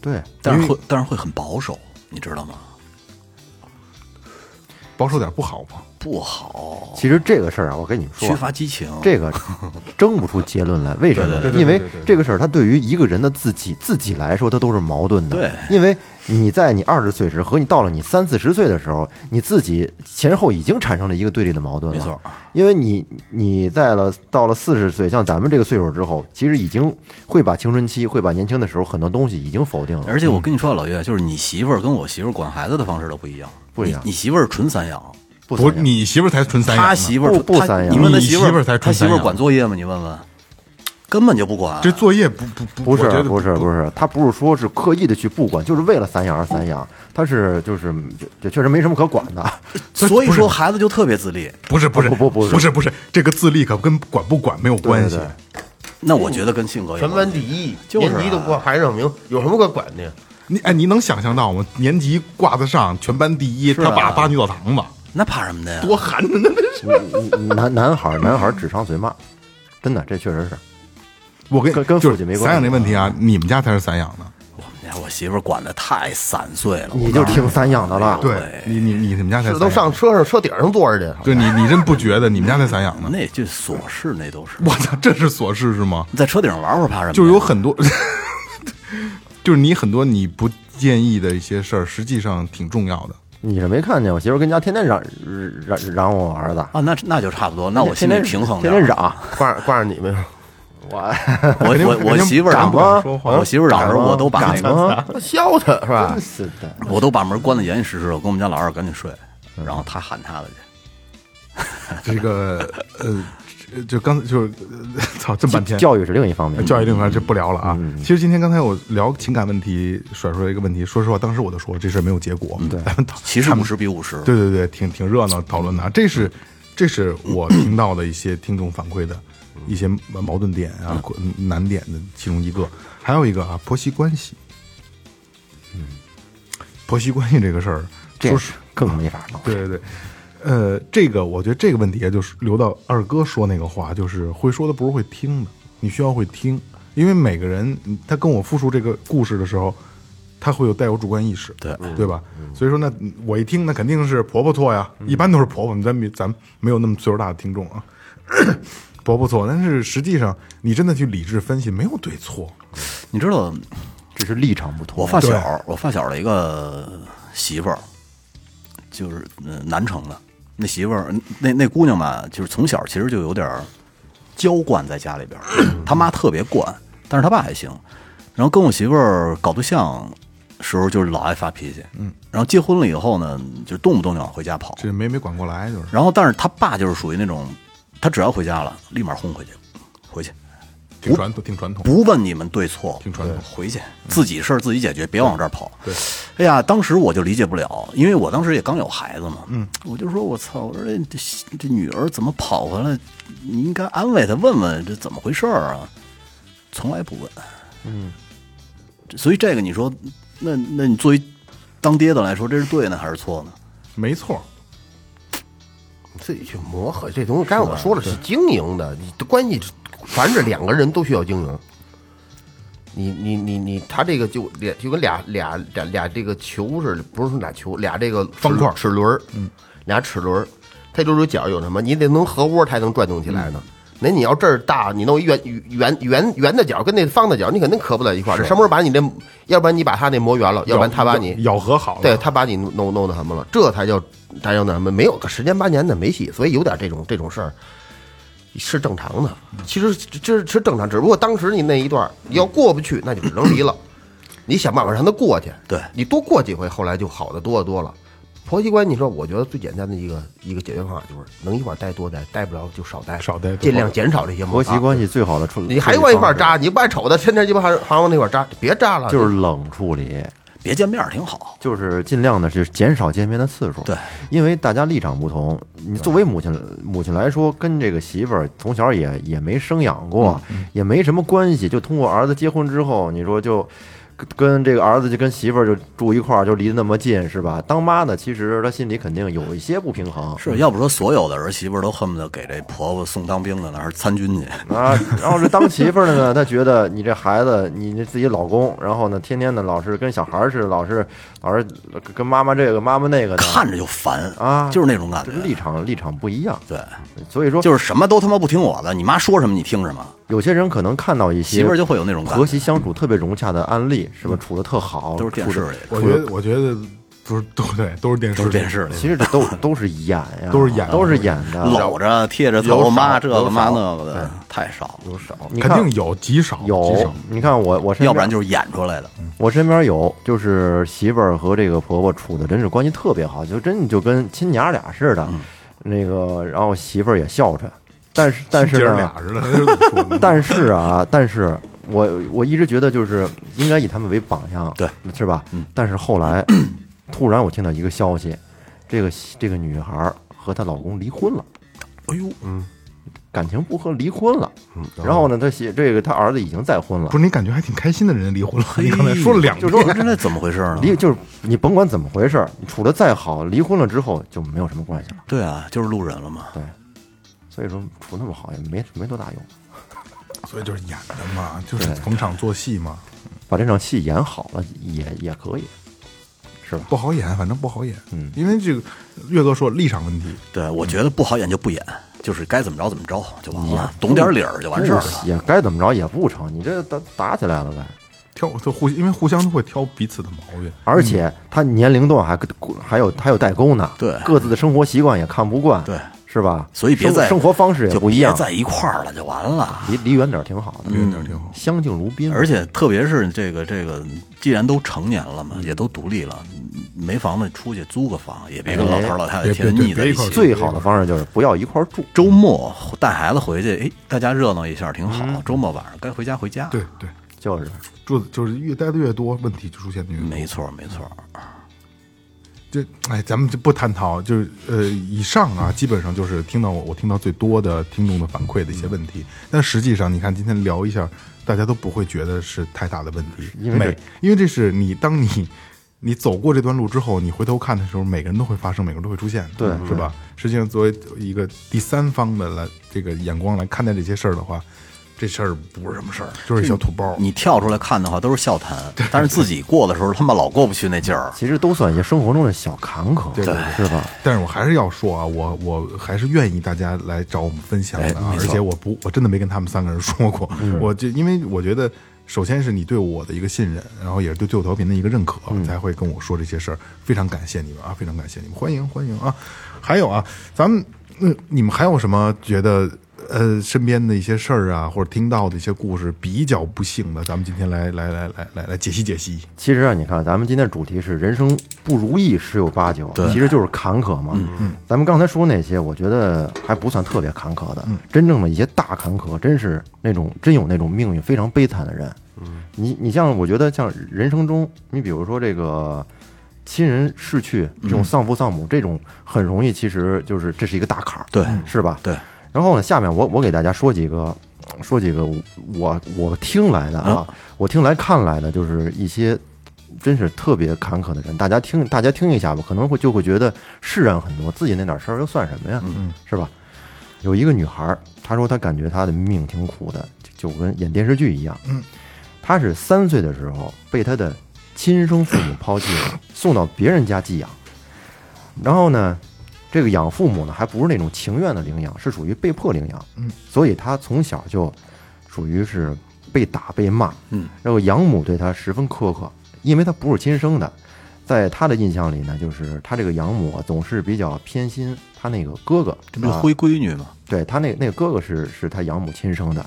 [SPEAKER 5] 对，
[SPEAKER 6] 但是会，但是会很保守，你知道吗？
[SPEAKER 3] 保守点不好吗？
[SPEAKER 6] 不好，
[SPEAKER 5] 其实这个事儿啊，我跟你们说
[SPEAKER 6] 缺
[SPEAKER 5] 啊，
[SPEAKER 6] 乏激情。
[SPEAKER 5] 这个争不出结论来，为什么
[SPEAKER 3] 对对
[SPEAKER 5] 呢？
[SPEAKER 3] 对
[SPEAKER 5] 因为
[SPEAKER 3] 对对对
[SPEAKER 5] 这个事儿，它对于一个人的自己自己来说，它都是矛盾的。
[SPEAKER 6] 对
[SPEAKER 5] 因为你在你二十岁时和你到了你三四十岁的时候，你自己前后已经产生了一个对立的矛盾了。
[SPEAKER 6] 没错，
[SPEAKER 5] 因为你你在了到了四十岁，像咱们这个岁数之后，其实已经会把青春期，会把年轻的时候很多东西已经否定了。
[SPEAKER 6] 而且我跟你说啊，老岳，就是你媳妇儿跟我媳妇儿管孩子的方式都不一样，
[SPEAKER 5] 不一样
[SPEAKER 6] 你你媳妇儿纯散养，
[SPEAKER 5] 不
[SPEAKER 3] 不，
[SPEAKER 5] 散养
[SPEAKER 3] 你媳妇儿才纯三
[SPEAKER 6] 他
[SPEAKER 3] 养啊
[SPEAKER 6] 媳妇儿
[SPEAKER 5] 不不
[SPEAKER 6] 她
[SPEAKER 5] 散养
[SPEAKER 6] 你问他
[SPEAKER 3] 你媳
[SPEAKER 6] 媳
[SPEAKER 3] 妇儿才
[SPEAKER 6] 他
[SPEAKER 3] 纯
[SPEAKER 6] 媳
[SPEAKER 3] 散
[SPEAKER 6] 妇儿
[SPEAKER 3] 养
[SPEAKER 6] 管作业吗？你问问，根本就不管。啊
[SPEAKER 3] 这作业不不不
[SPEAKER 5] 不是
[SPEAKER 3] 我觉得
[SPEAKER 5] 不是
[SPEAKER 3] 不
[SPEAKER 5] 不是，他不是说是刻意的去不管，就是为了散养而散养，他是就是这这确实没什么可管的。
[SPEAKER 6] 所以说孩子就特别自立。
[SPEAKER 3] 不是不是
[SPEAKER 5] 不不不是
[SPEAKER 3] 不是不是，这个自立可跟管不管没有关系。
[SPEAKER 5] 对对
[SPEAKER 6] 那我觉得跟性格有
[SPEAKER 4] 全
[SPEAKER 6] 关
[SPEAKER 4] 班
[SPEAKER 6] 系
[SPEAKER 4] 第一，
[SPEAKER 6] 就是啊
[SPEAKER 4] 年级都挂牌证明，有什么可管的呀？
[SPEAKER 3] 你哎，你能想象到吗？年级挂得上全班第一，
[SPEAKER 5] 啊
[SPEAKER 3] 他把八女澡堂子
[SPEAKER 6] 那怕什么的呀？
[SPEAKER 3] 多寒碜呢！
[SPEAKER 5] 嗯男男孩儿男孩儿只唱随骂，真的，这确实是。
[SPEAKER 3] 我跟
[SPEAKER 5] 跟跟
[SPEAKER 3] 就
[SPEAKER 5] 父亲没
[SPEAKER 3] 是
[SPEAKER 5] 关系
[SPEAKER 3] 散养这问题啊，你们家才是散养的。
[SPEAKER 6] 我们哎家我媳妇儿管的太散碎了，
[SPEAKER 5] 你就挺散养的了，
[SPEAKER 3] 对你你你你们家才
[SPEAKER 4] 这都
[SPEAKER 3] 散养
[SPEAKER 4] 上车上车顶上坐着去了。
[SPEAKER 3] 对你你真不觉得你们家才散养呢？
[SPEAKER 6] 那就琐事，那都是
[SPEAKER 3] 我操，这是琐事是吗？
[SPEAKER 6] 在车顶上玩会儿怕什么呀？
[SPEAKER 3] 就是有很多， 就是你很多你不建议的一些事儿，实际上挺重要的。
[SPEAKER 5] 你是没看见我媳妇儿跟家天天嚷嚷嚷我儿子，
[SPEAKER 6] 啊，那那就差不多，那我心里平衡
[SPEAKER 5] 天
[SPEAKER 6] 点
[SPEAKER 5] 天
[SPEAKER 6] 儿。
[SPEAKER 5] 嚷，
[SPEAKER 4] 挂着挂着你们，
[SPEAKER 6] 我
[SPEAKER 3] 肯定
[SPEAKER 6] 我我
[SPEAKER 3] 肯定
[SPEAKER 6] 媳妇儿
[SPEAKER 3] 咱
[SPEAKER 6] 嚷
[SPEAKER 3] 不敢说话
[SPEAKER 6] 我媳妇儿嚷时候，
[SPEAKER 5] 嚷
[SPEAKER 6] 我都把那个
[SPEAKER 5] 吗？
[SPEAKER 4] 削他是吧
[SPEAKER 5] 真？是的，
[SPEAKER 6] 我都把门关的严严实实的，我跟我们家老二赶紧睡，然后他喊他的去。
[SPEAKER 3] 这个呃，这就刚才就是呃操这么半天
[SPEAKER 5] 教育是另一方面，
[SPEAKER 3] 教育这块就不聊了啊。其实今天刚才我聊情感问题，甩出来一个问题，说实话，当时我就说这事儿没有结果。嗯对，咱们讨
[SPEAKER 6] 其实五十比五十，
[SPEAKER 3] 对对对，挺挺热闹讨论的啊。这是这是我听到的一些听众反馈的一些矛盾点啊、难点的其中一个，还有一个啊，婆媳关系。嗯，婆媳关系这个事儿，
[SPEAKER 5] 这
[SPEAKER 3] 说
[SPEAKER 5] 是
[SPEAKER 3] 实
[SPEAKER 5] 更没法弄。
[SPEAKER 3] 对对对，呃，这个我觉得这个问题啊就是留到二哥说那个话，就是会说的不是会听的，你需要会听，因为每个人嗯他跟我复述这个故事的时候，他会有带有主观意识，
[SPEAKER 6] 对
[SPEAKER 3] 对吧？所以说那嗯我一听，那肯定是婆婆错呀，
[SPEAKER 4] 嗯
[SPEAKER 3] 一般都是婆婆，咱没咱没有那么岁数大的听众啊。 婆婆错，但是实际上你真的去理智分析，没有对错，
[SPEAKER 6] 你知道
[SPEAKER 5] 只是立场不同。
[SPEAKER 6] 我发
[SPEAKER 3] 对
[SPEAKER 6] 小，我发小的一个媳妇儿，就是呃南城的那媳妇儿，那那姑娘吧，就是从小其实就有点儿娇惯在家里边儿，她妈特别惯，但是她爸还行。然后跟我媳妇儿搞对象时候，就是老爱发脾气，嗯，然后结婚了以后呢，就动不动就往回家跑，
[SPEAKER 3] 这没没管过来就是。
[SPEAKER 6] 然后，但是他爸就是属于那种，他只要回家了，立马轰回去，回去
[SPEAKER 3] 挺传统，挺传统。
[SPEAKER 6] 不问你们对错，
[SPEAKER 3] 挺传统
[SPEAKER 6] 回去自己事儿自己解决，别往这儿跑。对，哎呀，当时我就理解不了，因为我当时也刚有孩子嘛，嗯，我就说我操，我说这这女儿怎么跑回来？你应该安慰她，问问这怎么回事儿啊？从来不问，嗯，所以这个你说，那那你作为当爹的来说，这是对呢还是错呢？
[SPEAKER 3] 没错，
[SPEAKER 4] 自己去磨合这东西。刚才我说了是经营的，你的关系，反正两个人都需要经营。你你你你，他这个就俩就跟俩俩俩俩这个球似的，不是说俩球，俩这个
[SPEAKER 3] 方块
[SPEAKER 4] 齿轮，嗯，俩齿轮，它就是有角有什么，你得能合窝才能转动起来呢。那你要这儿大，你弄一圆圆圆圆的角跟那方的角，你肯定合不到一块儿。这什么时候把你这，要不然你把他那磨圆了，要不然他把你
[SPEAKER 3] 咬咬合好了，
[SPEAKER 4] 对他把你弄弄弄那什么了，这才叫才叫那什么，没有个十年八年的没戏，所以有点这种这种事儿是正常的。其实这这是正常，只不过当时你那一段儿你要过不去，那 就只能离了。你想办法让他过去，
[SPEAKER 6] 对
[SPEAKER 4] 你多过几回，后来就好的多得多了。婆媳关系，你说，我觉得最简单的一个一个解决方法就是能一块儿带多带，带不了就少带，
[SPEAKER 3] 少带多
[SPEAKER 4] 尽量减少这些
[SPEAKER 5] 婆
[SPEAKER 4] 摩
[SPEAKER 5] 媳
[SPEAKER 4] 擦。
[SPEAKER 5] 关系最好的处理，
[SPEAKER 4] 你还往一块儿扎，你不爱瞅的，天天鸡巴还还往那块儿扎，别扎了。
[SPEAKER 5] 就是冷处理，
[SPEAKER 6] 别见面儿挺好。
[SPEAKER 5] 就是尽量的是减少见面的次数。
[SPEAKER 6] 对，
[SPEAKER 5] 因为大家立场不同，你作为母亲母亲来说，跟这个媳妇儿从小也也没生养过，
[SPEAKER 6] 嗯
[SPEAKER 5] 也没什么关系，就通过儿子结婚之后，你说就。跟跟这个儿子就跟媳妇儿就住一块儿，就离得那么近，是吧？当妈的，其实她心里肯定有一些不平衡，
[SPEAKER 6] 是，要不说所有的儿媳妇儿都恨不得给这婆婆送当兵的那儿参军去。
[SPEAKER 5] 啊，然后这当媳妇儿的呢，她觉得你这孩子，你你自己老公，然后呢，天天的老是跟小孩儿似的，老是老是跟妈妈这个妈妈那个的，
[SPEAKER 6] 看着就烦
[SPEAKER 5] 啊
[SPEAKER 6] 就是那种感
[SPEAKER 5] 这
[SPEAKER 6] 觉。
[SPEAKER 5] 是立场立场不一样，
[SPEAKER 6] 对，
[SPEAKER 5] 所以说
[SPEAKER 6] 就是什么都他妈不听我的，你妈说什么你听什么。
[SPEAKER 5] 有些人可能看到一些
[SPEAKER 6] 媳妇儿就会有那种感觉
[SPEAKER 5] 和谐相处特别融洽的案例，是吧？处的特好，
[SPEAKER 6] 都是电
[SPEAKER 5] 处得
[SPEAKER 6] 视里的
[SPEAKER 3] 我觉得我觉得都是都对，都是电视，
[SPEAKER 6] 都是电视里
[SPEAKER 5] 其实这都都是演呀，
[SPEAKER 3] 都是演的
[SPEAKER 5] 都是演的，
[SPEAKER 6] 搂着贴着
[SPEAKER 5] 有
[SPEAKER 6] 头，妈
[SPEAKER 5] 少
[SPEAKER 6] 这个
[SPEAKER 5] 有
[SPEAKER 6] 妈
[SPEAKER 5] 少
[SPEAKER 6] 那个的，太少了，
[SPEAKER 5] 你
[SPEAKER 3] 肯
[SPEAKER 5] 看
[SPEAKER 3] 定有极少极
[SPEAKER 5] 有
[SPEAKER 3] 少，
[SPEAKER 5] 你看我我身边
[SPEAKER 6] 要不然就是演出来的。
[SPEAKER 5] 我身边有，就是媳妇儿和这个婆婆处的真是关系特别好，就真就跟亲娘俩似
[SPEAKER 6] 嗯
[SPEAKER 5] 的。那个，然后媳妇儿也孝顺，但是但是
[SPEAKER 3] 姐
[SPEAKER 5] 呢，
[SPEAKER 3] 儿俩似的，那是怎么说呢
[SPEAKER 5] 但是啊，但是我我一直觉得就是应该以他们为榜样，
[SPEAKER 6] 对，嗯
[SPEAKER 5] 是吧？但是后 来突然我听到一个消息，这个这个女孩儿和她老公离婚了。
[SPEAKER 6] 哎呦，
[SPEAKER 5] 感情不和，离婚了。
[SPEAKER 6] 嗯
[SPEAKER 5] 嗯然后呢，她媳这个她儿子已经再婚了
[SPEAKER 3] 不，是你感觉还挺开心的，人家离婚了，你刚才说了两
[SPEAKER 6] 就
[SPEAKER 3] 遍，
[SPEAKER 6] 说真的怎么回事呢？
[SPEAKER 5] 离就是你甭管怎么回事儿，你处的再好，离婚了之后就没有什么关系了。
[SPEAKER 6] 对啊，就是路人了嘛。
[SPEAKER 5] 所以说处那么好也没没多大用，
[SPEAKER 3] 所以就是演的嘛，就是逢场作戏嘛，
[SPEAKER 5] 把这场戏演好了也也可以，是吧？
[SPEAKER 3] 不好演，反正不好演，嗯，因为这个岳哥说立场问题，
[SPEAKER 6] 对，我觉得不好演就不演，就是该怎么着怎么着就完了，
[SPEAKER 5] 嗯
[SPEAKER 6] 懂点理儿就完事儿了。
[SPEAKER 5] 也该怎么着也不成，你这打打起来了呗。
[SPEAKER 3] 挑就互因为互相都会挑彼此的毛病，
[SPEAKER 5] 而且他年龄段还还有还有代沟呢，
[SPEAKER 6] 对
[SPEAKER 5] 各自的生活习惯也看不惯，
[SPEAKER 6] 对，
[SPEAKER 5] 是吧？
[SPEAKER 6] 所以别
[SPEAKER 5] 生
[SPEAKER 6] 在
[SPEAKER 5] 生活方式也
[SPEAKER 6] 就
[SPEAKER 5] 不一
[SPEAKER 6] 别
[SPEAKER 5] 样，
[SPEAKER 6] 在一块儿了就完了。
[SPEAKER 5] 离离远点儿挺好的，
[SPEAKER 3] 这点挺好。
[SPEAKER 5] 相敬如宾。
[SPEAKER 6] 嗯而且特别是这个这个，既然都成年了嘛，也都独立了，没房子出去租个房，也别跟老头儿老太太
[SPEAKER 3] 别
[SPEAKER 6] 天天
[SPEAKER 3] 别
[SPEAKER 6] 腻在
[SPEAKER 3] 别
[SPEAKER 6] 一
[SPEAKER 3] 一块
[SPEAKER 6] 起
[SPEAKER 3] 儿。
[SPEAKER 5] 最好的方式就是不要一块儿住，
[SPEAKER 6] 周末带孩子回去，哎，大家热闹一下挺好。周末晚上该回家回家。
[SPEAKER 3] 对，对，
[SPEAKER 5] 就是
[SPEAKER 3] 住的就是越待的越多，问题就出现的越多。
[SPEAKER 6] 没错没错。
[SPEAKER 3] 这哎，咱们就不探讨，就是呃，以上啊，基本上就是听到我我听到最多的听众的反馈的一些问
[SPEAKER 5] 嗯
[SPEAKER 3] 题。但实际上，你看今天聊一下，大家都不会觉得是太大的问题，
[SPEAKER 5] 因为
[SPEAKER 3] 每因为这是你当你你走过这段路之后，你回头看的时候，每个人都会发生，每个人都会出现，
[SPEAKER 5] 对
[SPEAKER 3] 是吧？实际上，作为一个第三方的来这个眼光来看待这些事儿的话，这事儿不是什么事儿，就是一小土
[SPEAKER 5] 嗯
[SPEAKER 3] 包。
[SPEAKER 6] 你跳出来看的话都是笑谈，但是自己过的时候他妈老过不去那劲儿。
[SPEAKER 5] 其实都算一些生活中的小坎坷，
[SPEAKER 3] 对对
[SPEAKER 5] 是吧？
[SPEAKER 3] 但是我还是要说啊，我我还是愿意大家来找我们分享的啊，
[SPEAKER 6] 哎没
[SPEAKER 3] 而
[SPEAKER 6] 错嗯
[SPEAKER 3] 且我不我真的没跟他们三个人说过，我就因为我觉得，首先是你对我的一个信任，然后也是对最后调频的一个认可，
[SPEAKER 6] 嗯
[SPEAKER 3] 才会跟我说这些事儿，非常感谢你们啊，非常感谢你们，欢迎欢迎啊！还有啊，咱们嗯，你们还有什么觉得？呃，身边的一些事儿啊，或者听到的一些故事比较不幸的，咱们今天来来来来来来解析解析。
[SPEAKER 5] 其实啊，你看，咱们今天的主题是人生不如意十有八九，其实就是坎坷嘛。咱们刚才说那些，我觉得还不算特别坎坷的，真正的一些大坎坷，真是那种真有那种命运非常悲惨的人。你你像我觉得像人生中，你比如说这个亲人逝去，这种丧父丧母，这种很容易，其实就是这是一个大坎儿，
[SPEAKER 6] 对
[SPEAKER 5] 是吧？
[SPEAKER 6] 对。
[SPEAKER 5] 然后呢，下面我我给大家说几个，说几个我我听来的啊，我听来看来的，就是一些真是特别坎坷的人，大家听大家听一下吧，可能会就会觉得释然很多，自己那点事儿又算什么呀，是吧？有一个女孩儿，她说她感觉她的命挺苦的，就就跟演电视剧一样。嗯，她是三岁的时候被她的亲生父母抛弃了，送到别人家寄养。然后呢，这个养父母呢还不是那种情愿的领养，是属于被迫领养。嗯，所以她从小就属于是被打被骂。
[SPEAKER 6] 嗯，
[SPEAKER 5] 然后养母对她十分苛刻，因为她不是亲生的。在她的印象里呢，就是她这个养母啊总是比较偏心她那个哥哥，
[SPEAKER 6] 这不就
[SPEAKER 5] 啊
[SPEAKER 6] 灰闺女吗？
[SPEAKER 5] 对他那那个哥哥是是他养母亲生的，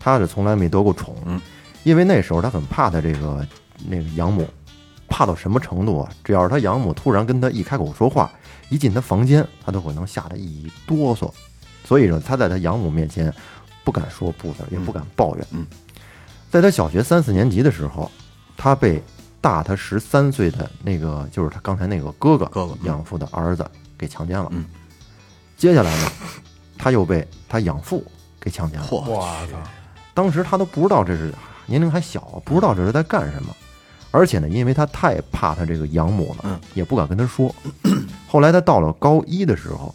[SPEAKER 5] 他是从来没得过宠，
[SPEAKER 6] 嗯
[SPEAKER 5] 因为那时候他很怕他这个那个养母，怕到什么程度啊？只要是他养母突然跟他一开口说话，一进他房间，他都可能吓得一哆嗦。所以说，他在他养母面前不敢说不字，也不敢抱怨。
[SPEAKER 6] 嗯，
[SPEAKER 5] 在他小学三四年级的时候，他被大他十三岁的那个，就是他刚才那个哥哥，
[SPEAKER 6] 哥哥嗯
[SPEAKER 5] 养父的儿子给强奸了。
[SPEAKER 6] 嗯，
[SPEAKER 5] 接下来呢，他又被他养父给强奸了。
[SPEAKER 6] 嚯，
[SPEAKER 3] 哇操！
[SPEAKER 5] 当时他都不知道这是年龄还小，不知道这是在干什么。而且呢，因为他太怕他这个养母了
[SPEAKER 6] 嗯，
[SPEAKER 5] 也不敢跟他说。 后来他到了高一的时候，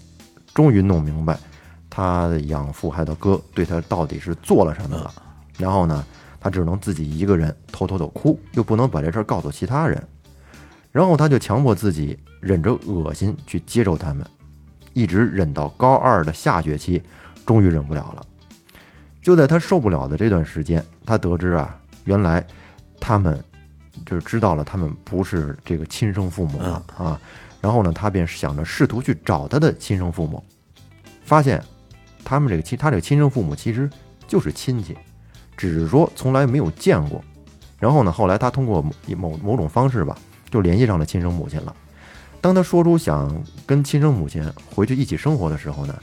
[SPEAKER 5] 终于弄明白他的养父还有他哥对他到底是做了什么了。然后呢，他只能自己一个人偷偷的哭，又不能把这事儿告诉其他人。然后他就强迫自己忍着恶心去接受他们，一直忍到高二的下学期，终于忍不了了。就在他受不了的这段时间，他得知啊，原来他们就是知道了他们不是这个亲生父母了啊。然后呢，他便想着试图去找他的亲生父母，发现他们这个亲他这个亲生父母其实就是亲戚，只是说从来没有见过。然后呢，后来他通过某某某种方式吧，就联系上了亲生母亲了。当他说出想跟亲生母亲回去一起生活的时候呢，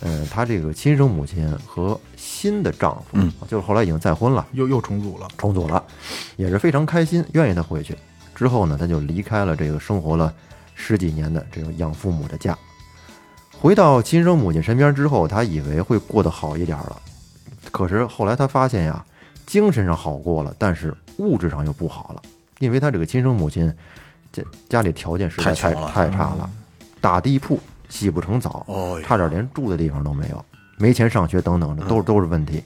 [SPEAKER 5] 呃，他这个亲生母亲和新的丈夫，
[SPEAKER 6] 嗯
[SPEAKER 5] 就是后来已经再婚了，
[SPEAKER 3] 又又重组了，
[SPEAKER 5] 重组了，也是非常开心，愿意他回去。之后呢，他就离开了这个生活了十几年的这个养父母的家，回到亲生母亲身边之后，他以为会过得好一点了，可是后来他发现呀，精神上好过了，但是物质上又不好了，因为他这个亲生母亲家家里条件实在
[SPEAKER 6] 太
[SPEAKER 5] 太
[SPEAKER 6] 穷了
[SPEAKER 5] 太差了，打地铺、洗不成澡，
[SPEAKER 6] 哦
[SPEAKER 5] 差点连住的地方都没有，没钱上学等等，这都是都是问题。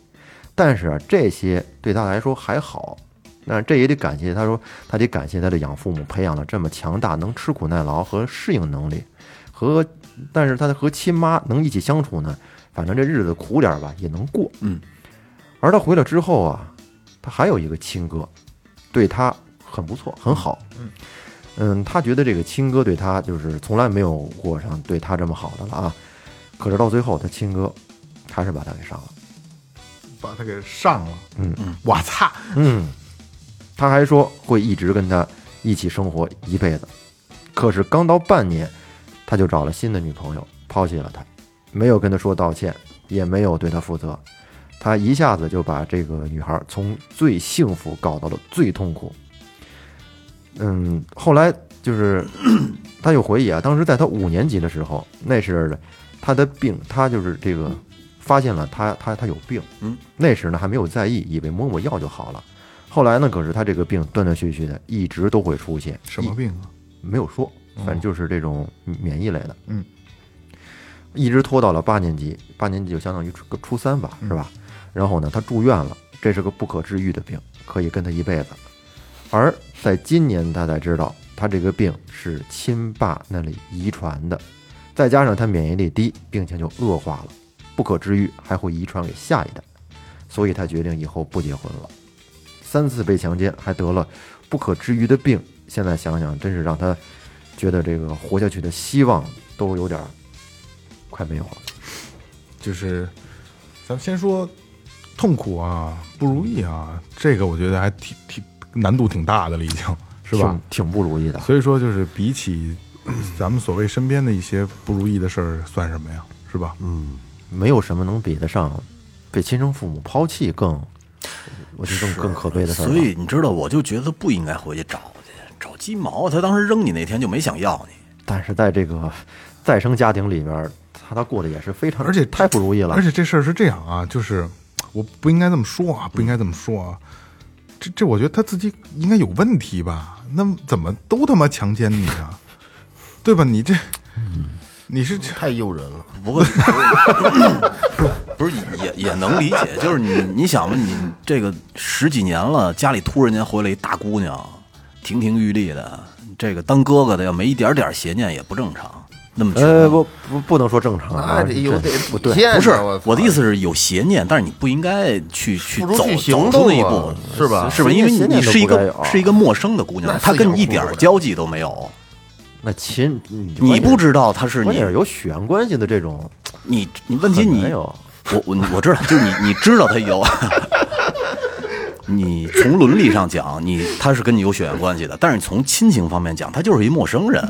[SPEAKER 5] 但是啊，这些对他来说还好，那这也得感谢他说，他得感谢他的养父母培养了这么强大、能吃苦耐劳和适应能力，和但是他和亲妈能一起相处呢，反正这日子苦点儿吧也能过。
[SPEAKER 6] 嗯，
[SPEAKER 5] 而他回来之后啊，他还有一个亲哥，对他很不错，很好。嗯，他觉得这个亲哥对他就是从来没有过上对他这么好的了啊。可是到最后，他亲哥还是把他给杀了。
[SPEAKER 3] 把他给上了。
[SPEAKER 5] 嗯
[SPEAKER 3] 嗯，我操！
[SPEAKER 5] 嗯，他还说会一直跟他一起生活一辈子。可是刚到半年，他就找了新的女朋友，抛弃了他，没有跟他说道歉，也没有对他负责。他一下子就把这个女孩从最幸福搞到了最痛苦。嗯，后来就是 他有回忆啊，当时在他五年级的时候，那是他的病，他就是这个发现了他他他有病，
[SPEAKER 6] 嗯，
[SPEAKER 5] 那时呢还没有在意，以为抹抹药就好了。后来呢，可是他这个病断断续续的，一直都会出现，
[SPEAKER 3] 什么病啊？
[SPEAKER 5] 没有说，反正就是这种免疫类的。
[SPEAKER 3] 嗯，
[SPEAKER 5] 一直拖到了八年级，八年级就相当于初初三吧，是吧？然后呢，他住院了，这是个不可治愈的病，可以跟他一辈子。而在今年，他才知道他这个病是亲爸那里遗传的，再加上他免疫力低，病情就恶化了，不可治愈，还会遗传给下一代，所以他决定以后不结婚了。三次被强奸，还得了不可治愈的病。现在想想，真是让他觉得这个活下去的希望都有点儿快没有了。
[SPEAKER 3] 就是咱们先说痛苦啊，不如意啊，这个我觉得还挺挺难度挺大的了，已经是吧？
[SPEAKER 5] 挺？挺不如意的。
[SPEAKER 3] 所以说，就是比起咱们所谓身边的一些不如意的事儿，算什么呀？是吧？
[SPEAKER 5] 嗯，没有什么能比得上被亲生父母抛弃更，我觉得更更可悲的事儿了。
[SPEAKER 6] 所以你知道，我就觉得不应该回去找去，找鸡毛。他当时扔你那天就没想要你，
[SPEAKER 5] 但是在这个再生家庭里边儿，他他过得也是非常，
[SPEAKER 3] 而且
[SPEAKER 5] 太不如意了。
[SPEAKER 3] 而且这事儿是这样啊，就是我不应该这么说啊，不应该这么说啊。这这，我觉得他自己应该有问题吧？那么怎么都他妈强奸你啊？对吧？你这，
[SPEAKER 5] 嗯
[SPEAKER 3] 你是
[SPEAKER 4] 太诱人了。
[SPEAKER 6] 不过 不是也也能理解，就是你你想吧，你这个十几年了，家里突然间回来一大姑娘，亭亭玉立的，这个当哥哥的要没一点点邪念也不正常。那么穷
[SPEAKER 5] 呃，不不不能说正常啊，
[SPEAKER 4] 那得哎有
[SPEAKER 5] 这
[SPEAKER 4] 得
[SPEAKER 5] 不对。
[SPEAKER 4] 不
[SPEAKER 6] 不是我的意，思是有邪念，但是你不应该去去
[SPEAKER 4] 付诸
[SPEAKER 6] 走
[SPEAKER 4] 去
[SPEAKER 6] 走
[SPEAKER 4] 行
[SPEAKER 6] 出那一
[SPEAKER 4] 动
[SPEAKER 6] 步
[SPEAKER 4] 啊，是吧
[SPEAKER 6] 是吧？
[SPEAKER 5] 邪
[SPEAKER 6] 因
[SPEAKER 5] 念
[SPEAKER 6] 为你
[SPEAKER 5] 邪念
[SPEAKER 6] 你
[SPEAKER 5] 都
[SPEAKER 6] 是一
[SPEAKER 5] 不该
[SPEAKER 6] 个
[SPEAKER 5] 有啊
[SPEAKER 6] 是一个陌生的姑娘
[SPEAKER 4] 那，
[SPEAKER 6] 她
[SPEAKER 4] 自己
[SPEAKER 6] 跟
[SPEAKER 4] 都
[SPEAKER 6] 你一
[SPEAKER 4] 不
[SPEAKER 6] 点
[SPEAKER 4] 知道
[SPEAKER 6] 交际都没有，
[SPEAKER 5] 那亲，你
[SPEAKER 6] 你不知道她是
[SPEAKER 5] 关
[SPEAKER 6] 你
[SPEAKER 5] 键是有血缘关系的这种，
[SPEAKER 6] 你你问题你
[SPEAKER 5] 没有。
[SPEAKER 6] 我我我知道，就是你你知道他有，你从伦理上讲，你他是跟你有血缘关系的，但是你从亲情方面讲，他就是一陌生 人，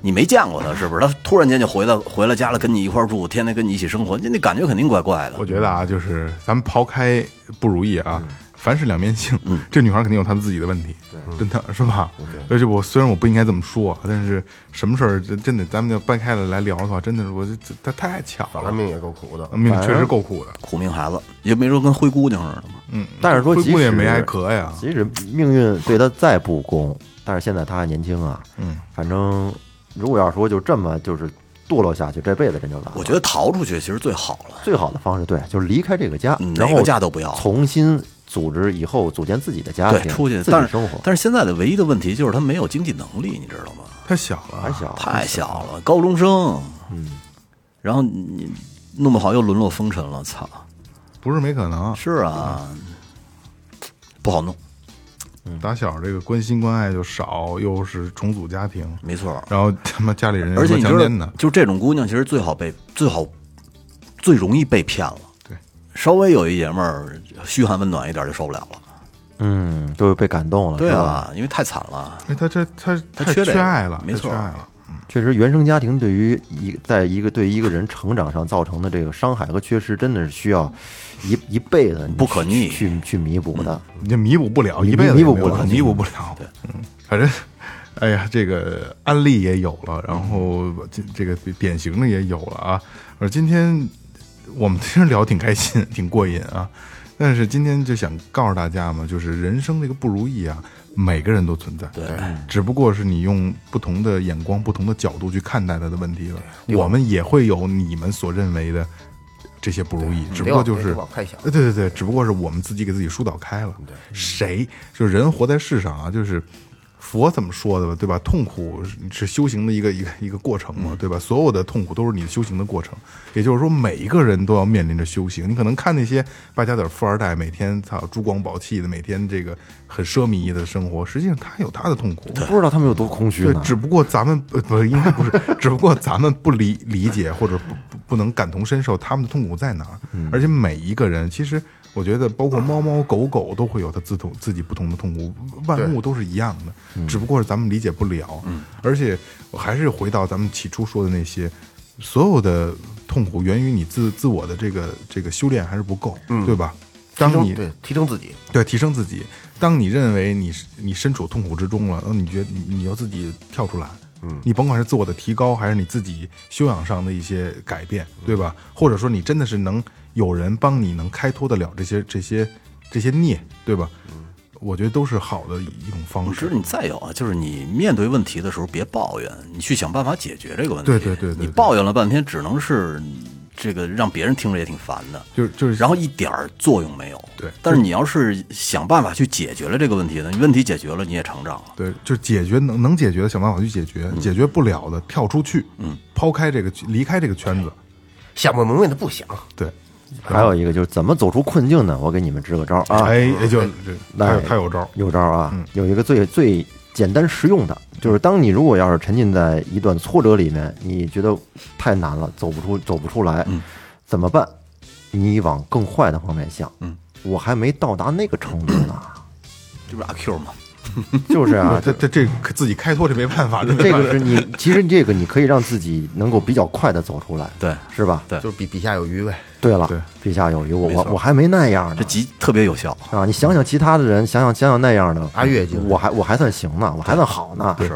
[SPEAKER 6] 你没见过他，是不是？他突然间就回到回了家了，跟你一块儿住，天天跟你一起生活，那那感觉肯定怪怪的
[SPEAKER 3] 我。觉得啊，就是咱们抛开不如意啊，
[SPEAKER 6] 嗯
[SPEAKER 3] 凡事两面性。这女孩肯定有她自己的问题，真的是吧？而且我虽然我不应该这么说，但是什么事儿真真的，咱们就掰开了来聊的话，真的是我这这她太巧
[SPEAKER 4] 反正
[SPEAKER 3] 了，
[SPEAKER 4] 命也够苦的。
[SPEAKER 3] 命确实够苦的。嗯
[SPEAKER 6] 苦命孩子，也没说跟灰姑娘似的嘛。
[SPEAKER 5] 但是说
[SPEAKER 3] 灰
[SPEAKER 5] 即
[SPEAKER 3] 姑
[SPEAKER 5] 使
[SPEAKER 3] 娘没挨咳呀，
[SPEAKER 5] 即使命运对他再不公，但是现在他还年轻啊。嗯，反正如果要说就这么就是堕落下去，这辈子真就完了。
[SPEAKER 6] 我觉得逃出去其实最好了，
[SPEAKER 5] 最好的方式对，就是离开这个家，
[SPEAKER 6] 嗯
[SPEAKER 5] 然
[SPEAKER 6] 哪
[SPEAKER 5] 后
[SPEAKER 6] 个家都不要
[SPEAKER 5] 重新组织以后组建自己的家
[SPEAKER 6] 对，
[SPEAKER 5] 庭，
[SPEAKER 6] 出去。
[SPEAKER 5] 自
[SPEAKER 6] 但
[SPEAKER 5] 己
[SPEAKER 6] 是
[SPEAKER 5] 生活。
[SPEAKER 6] 但是现在的唯一的问题就是他没有经济能力，你知道吗？
[SPEAKER 3] 太小了
[SPEAKER 6] 哎
[SPEAKER 5] 还。小，
[SPEAKER 6] 太小了，高中生，嗯，然后你弄不好又沦落风尘了，操！
[SPEAKER 3] 不是没可能，
[SPEAKER 6] 是啊，不好弄，
[SPEAKER 3] 打小这个关心关爱就少，又是重组家庭，
[SPEAKER 6] 没错儿。
[SPEAKER 3] 然后他妈家里嗯人
[SPEAKER 6] 而且
[SPEAKER 3] 又
[SPEAKER 6] 你
[SPEAKER 3] 强
[SPEAKER 6] 知
[SPEAKER 3] 奸的
[SPEAKER 6] 道，，就这种姑娘其实最好被最好最容易被骗了。
[SPEAKER 3] 对，
[SPEAKER 6] 稍微有一爷们儿嘘寒问暖一点就受不了了。
[SPEAKER 5] 嗯，都被感动了，
[SPEAKER 6] 对
[SPEAKER 5] 是吧，
[SPEAKER 6] 啊，因为太惨了。
[SPEAKER 3] 哎，他这他
[SPEAKER 6] 他
[SPEAKER 3] 太
[SPEAKER 6] 缺这
[SPEAKER 3] 缺
[SPEAKER 6] 个
[SPEAKER 3] 爱了，
[SPEAKER 6] 没错
[SPEAKER 3] 太缺爱了。
[SPEAKER 5] 确实，原生家庭对于一在一个对一个人成长上造成的这个伤害和缺失，真的是需要一一辈子
[SPEAKER 6] 不可逆
[SPEAKER 5] 去
[SPEAKER 6] 嗯
[SPEAKER 5] 去去弥补的。
[SPEAKER 3] 你这弥补不了，
[SPEAKER 5] 弥
[SPEAKER 3] 一辈子也
[SPEAKER 5] 弥补
[SPEAKER 3] 没有
[SPEAKER 5] 不了
[SPEAKER 3] 弥补不了。对，嗯，反正，哎呀，这个案例也有了，然后这这个典型的也有了啊。而今天我们其实聊挺开心，挺过瘾啊。但是今天就想告诉大家嘛，就是人生这个不如意啊，每个人都存在，对，嗯只不过是你用不同的眼光、不同的角度去看待它的问题了。我们也会有你们所认为的这些不如意，只不过就
[SPEAKER 4] 别
[SPEAKER 3] 是
[SPEAKER 4] 往太想
[SPEAKER 3] 对对对，只不过是我们自己给自己疏导开了。谁就人活在世上啊，就是佛怎么说的吧，对吧？痛苦是是修行的一个一个一个过程嘛，对吧？所有的痛苦都是你修行的过程，也就是说，每一个人都要面临着修行。你可能看那些败家子儿富二代，每天操珠光宝气的，每天这个很奢靡的生活，实际上他有他的痛苦。
[SPEAKER 5] 不知道他们有多空虚
[SPEAKER 3] 对
[SPEAKER 5] 呢，。
[SPEAKER 3] 只不过咱们不不应该不是，只不过咱们不理理解或者不不不能感同身受他们的痛苦在哪儿。而且每一个人，其实我觉得包括猫猫狗狗都会有它自同自己不同的痛苦，万物都是一样的，只不过是咱们理解不了。而且我还是回到咱们起初说的那些，所有的痛苦源于你自自我的这个这个修炼还是不够，对吧？
[SPEAKER 4] 提
[SPEAKER 3] 当
[SPEAKER 4] 升
[SPEAKER 3] 你
[SPEAKER 4] 对提升自己，
[SPEAKER 3] 对，提升自己。当你认为你是你身处痛苦之中了，然后你觉得你你要自己跳出来，嗯，你甭管是自我的提高，还是你自己修养上的一些改变，对吧？或者说你真的是能有人帮你能开脱得了这些这些这些孽，对吧？我觉得都是好的一种方
[SPEAKER 6] 你知
[SPEAKER 3] 式
[SPEAKER 6] 道，。你再有啊，就是你面对问题的时候，别抱怨，你去想办法解决这个问题。
[SPEAKER 3] 对对对对对
[SPEAKER 6] 你抱怨了半天，只能是这个让别人听着也挺烦的，
[SPEAKER 3] 就是就是
[SPEAKER 6] 然后一点儿作用没有。
[SPEAKER 3] 对
[SPEAKER 6] 但是你要是想办法去解决了这个问题呢，你问题解决了，你也成长了。
[SPEAKER 3] 对，就解决能能解决的想办法去解决，解决不了的跳出去，嗯，抛开这个离开这个圈子，
[SPEAKER 4] 想不明白的不想，
[SPEAKER 3] 对，
[SPEAKER 5] 还有一个就是怎么走出困境呢？我给你们支个招儿啊！
[SPEAKER 3] 哎，哎就这他
[SPEAKER 5] 那
[SPEAKER 3] 有他有招儿，
[SPEAKER 5] 有招儿啊！有一个最最简单实用的，就是当你如果要是沉浸在一段挫折里面，你觉得太难了，走不出走不出来，怎么办？你往更坏的方面想。嗯，我还没到达那个程度呢。
[SPEAKER 6] 这不是阿 Q 吗？
[SPEAKER 5] 就是 啊，
[SPEAKER 3] 这这这自己开脱这没办法，这没
[SPEAKER 5] 这
[SPEAKER 3] 办
[SPEAKER 5] 个
[SPEAKER 3] 法
[SPEAKER 5] 是你其实这个你可以让自己能够比较快的走出来，
[SPEAKER 6] 对
[SPEAKER 5] 是吧？
[SPEAKER 6] 对
[SPEAKER 4] 就是比比下有余呗。
[SPEAKER 5] 对了，
[SPEAKER 3] 对
[SPEAKER 5] 比下有余，我
[SPEAKER 6] 没
[SPEAKER 5] 我
[SPEAKER 6] 错
[SPEAKER 5] 我还没那样
[SPEAKER 6] 这
[SPEAKER 5] 呢。
[SPEAKER 6] 集特别有效。
[SPEAKER 5] 啊，你想想其他的人，想想想想那样的
[SPEAKER 4] 阿月精神
[SPEAKER 5] 我还我还算行呢，我还算好呢，是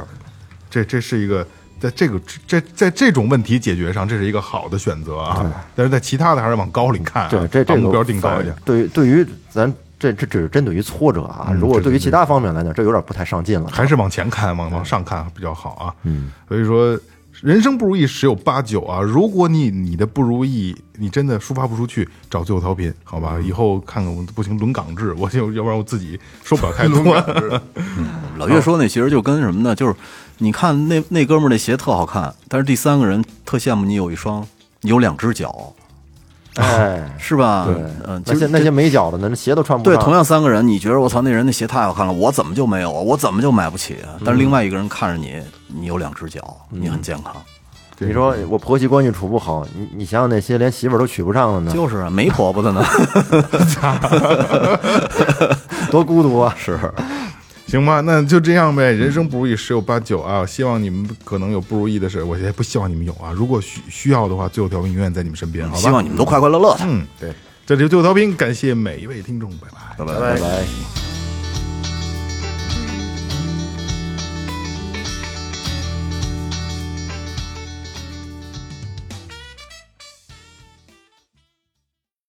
[SPEAKER 3] 这这是一个在这个这在这种问题解决上，这是一个好的选择啊。但是在其他的还是往高里看、啊，
[SPEAKER 5] 对，这这
[SPEAKER 3] 把
[SPEAKER 5] 个
[SPEAKER 3] 目标定高一点
[SPEAKER 5] 反。对于对于咱这这只是针对于挫折啊，如果对于其他方面来讲，这有点不太上进了。
[SPEAKER 3] 还是往前看，往往上看比较好啊。嗯，所以说人生不如意十有八九啊。如果你你的不如意你真的抒发不出去，找最后调频，好吧？
[SPEAKER 5] 嗯
[SPEAKER 3] 以后看看我不行，轮岗制，我就要不然我自己受 不了太 多。
[SPEAKER 6] 老岳说那其实就跟什么呢？就是你看那那哥们儿那鞋特好看，但是第三个人特羡慕你有一双，你有两只脚，
[SPEAKER 5] 哎，
[SPEAKER 6] 是吧？ 嗯，
[SPEAKER 5] 那
[SPEAKER 6] 其
[SPEAKER 5] 些
[SPEAKER 6] 实
[SPEAKER 5] 那些没脚的呢，那鞋都穿不
[SPEAKER 6] 对
[SPEAKER 5] 上。
[SPEAKER 6] 同样三个人，你觉得我操那人那鞋太好看了，我怎么就没嗯有啊？我怎么就买不起啊？但是另外一个人看着你，你有两只脚，你很健康，
[SPEAKER 3] 对
[SPEAKER 5] 你说我婆媳关系处不好，你你想想那些连媳妇儿都娶不上的呢，
[SPEAKER 6] 就是啊，没婆婆的 呢，
[SPEAKER 5] 多孤独啊！
[SPEAKER 6] 是
[SPEAKER 3] 行吧，那就这样呗。人生不如意十有八九啊，希望你们可能有不如意的事，我也不希望你们有啊。如果需需要的话，最后调频永远在你们身边，好吧？
[SPEAKER 6] 希望你们都快快乐乐的。
[SPEAKER 3] 嗯，对，这里是最后调频，感谢每一位听众，拜拜。
[SPEAKER 6] 拜拜。
[SPEAKER 5] 拜。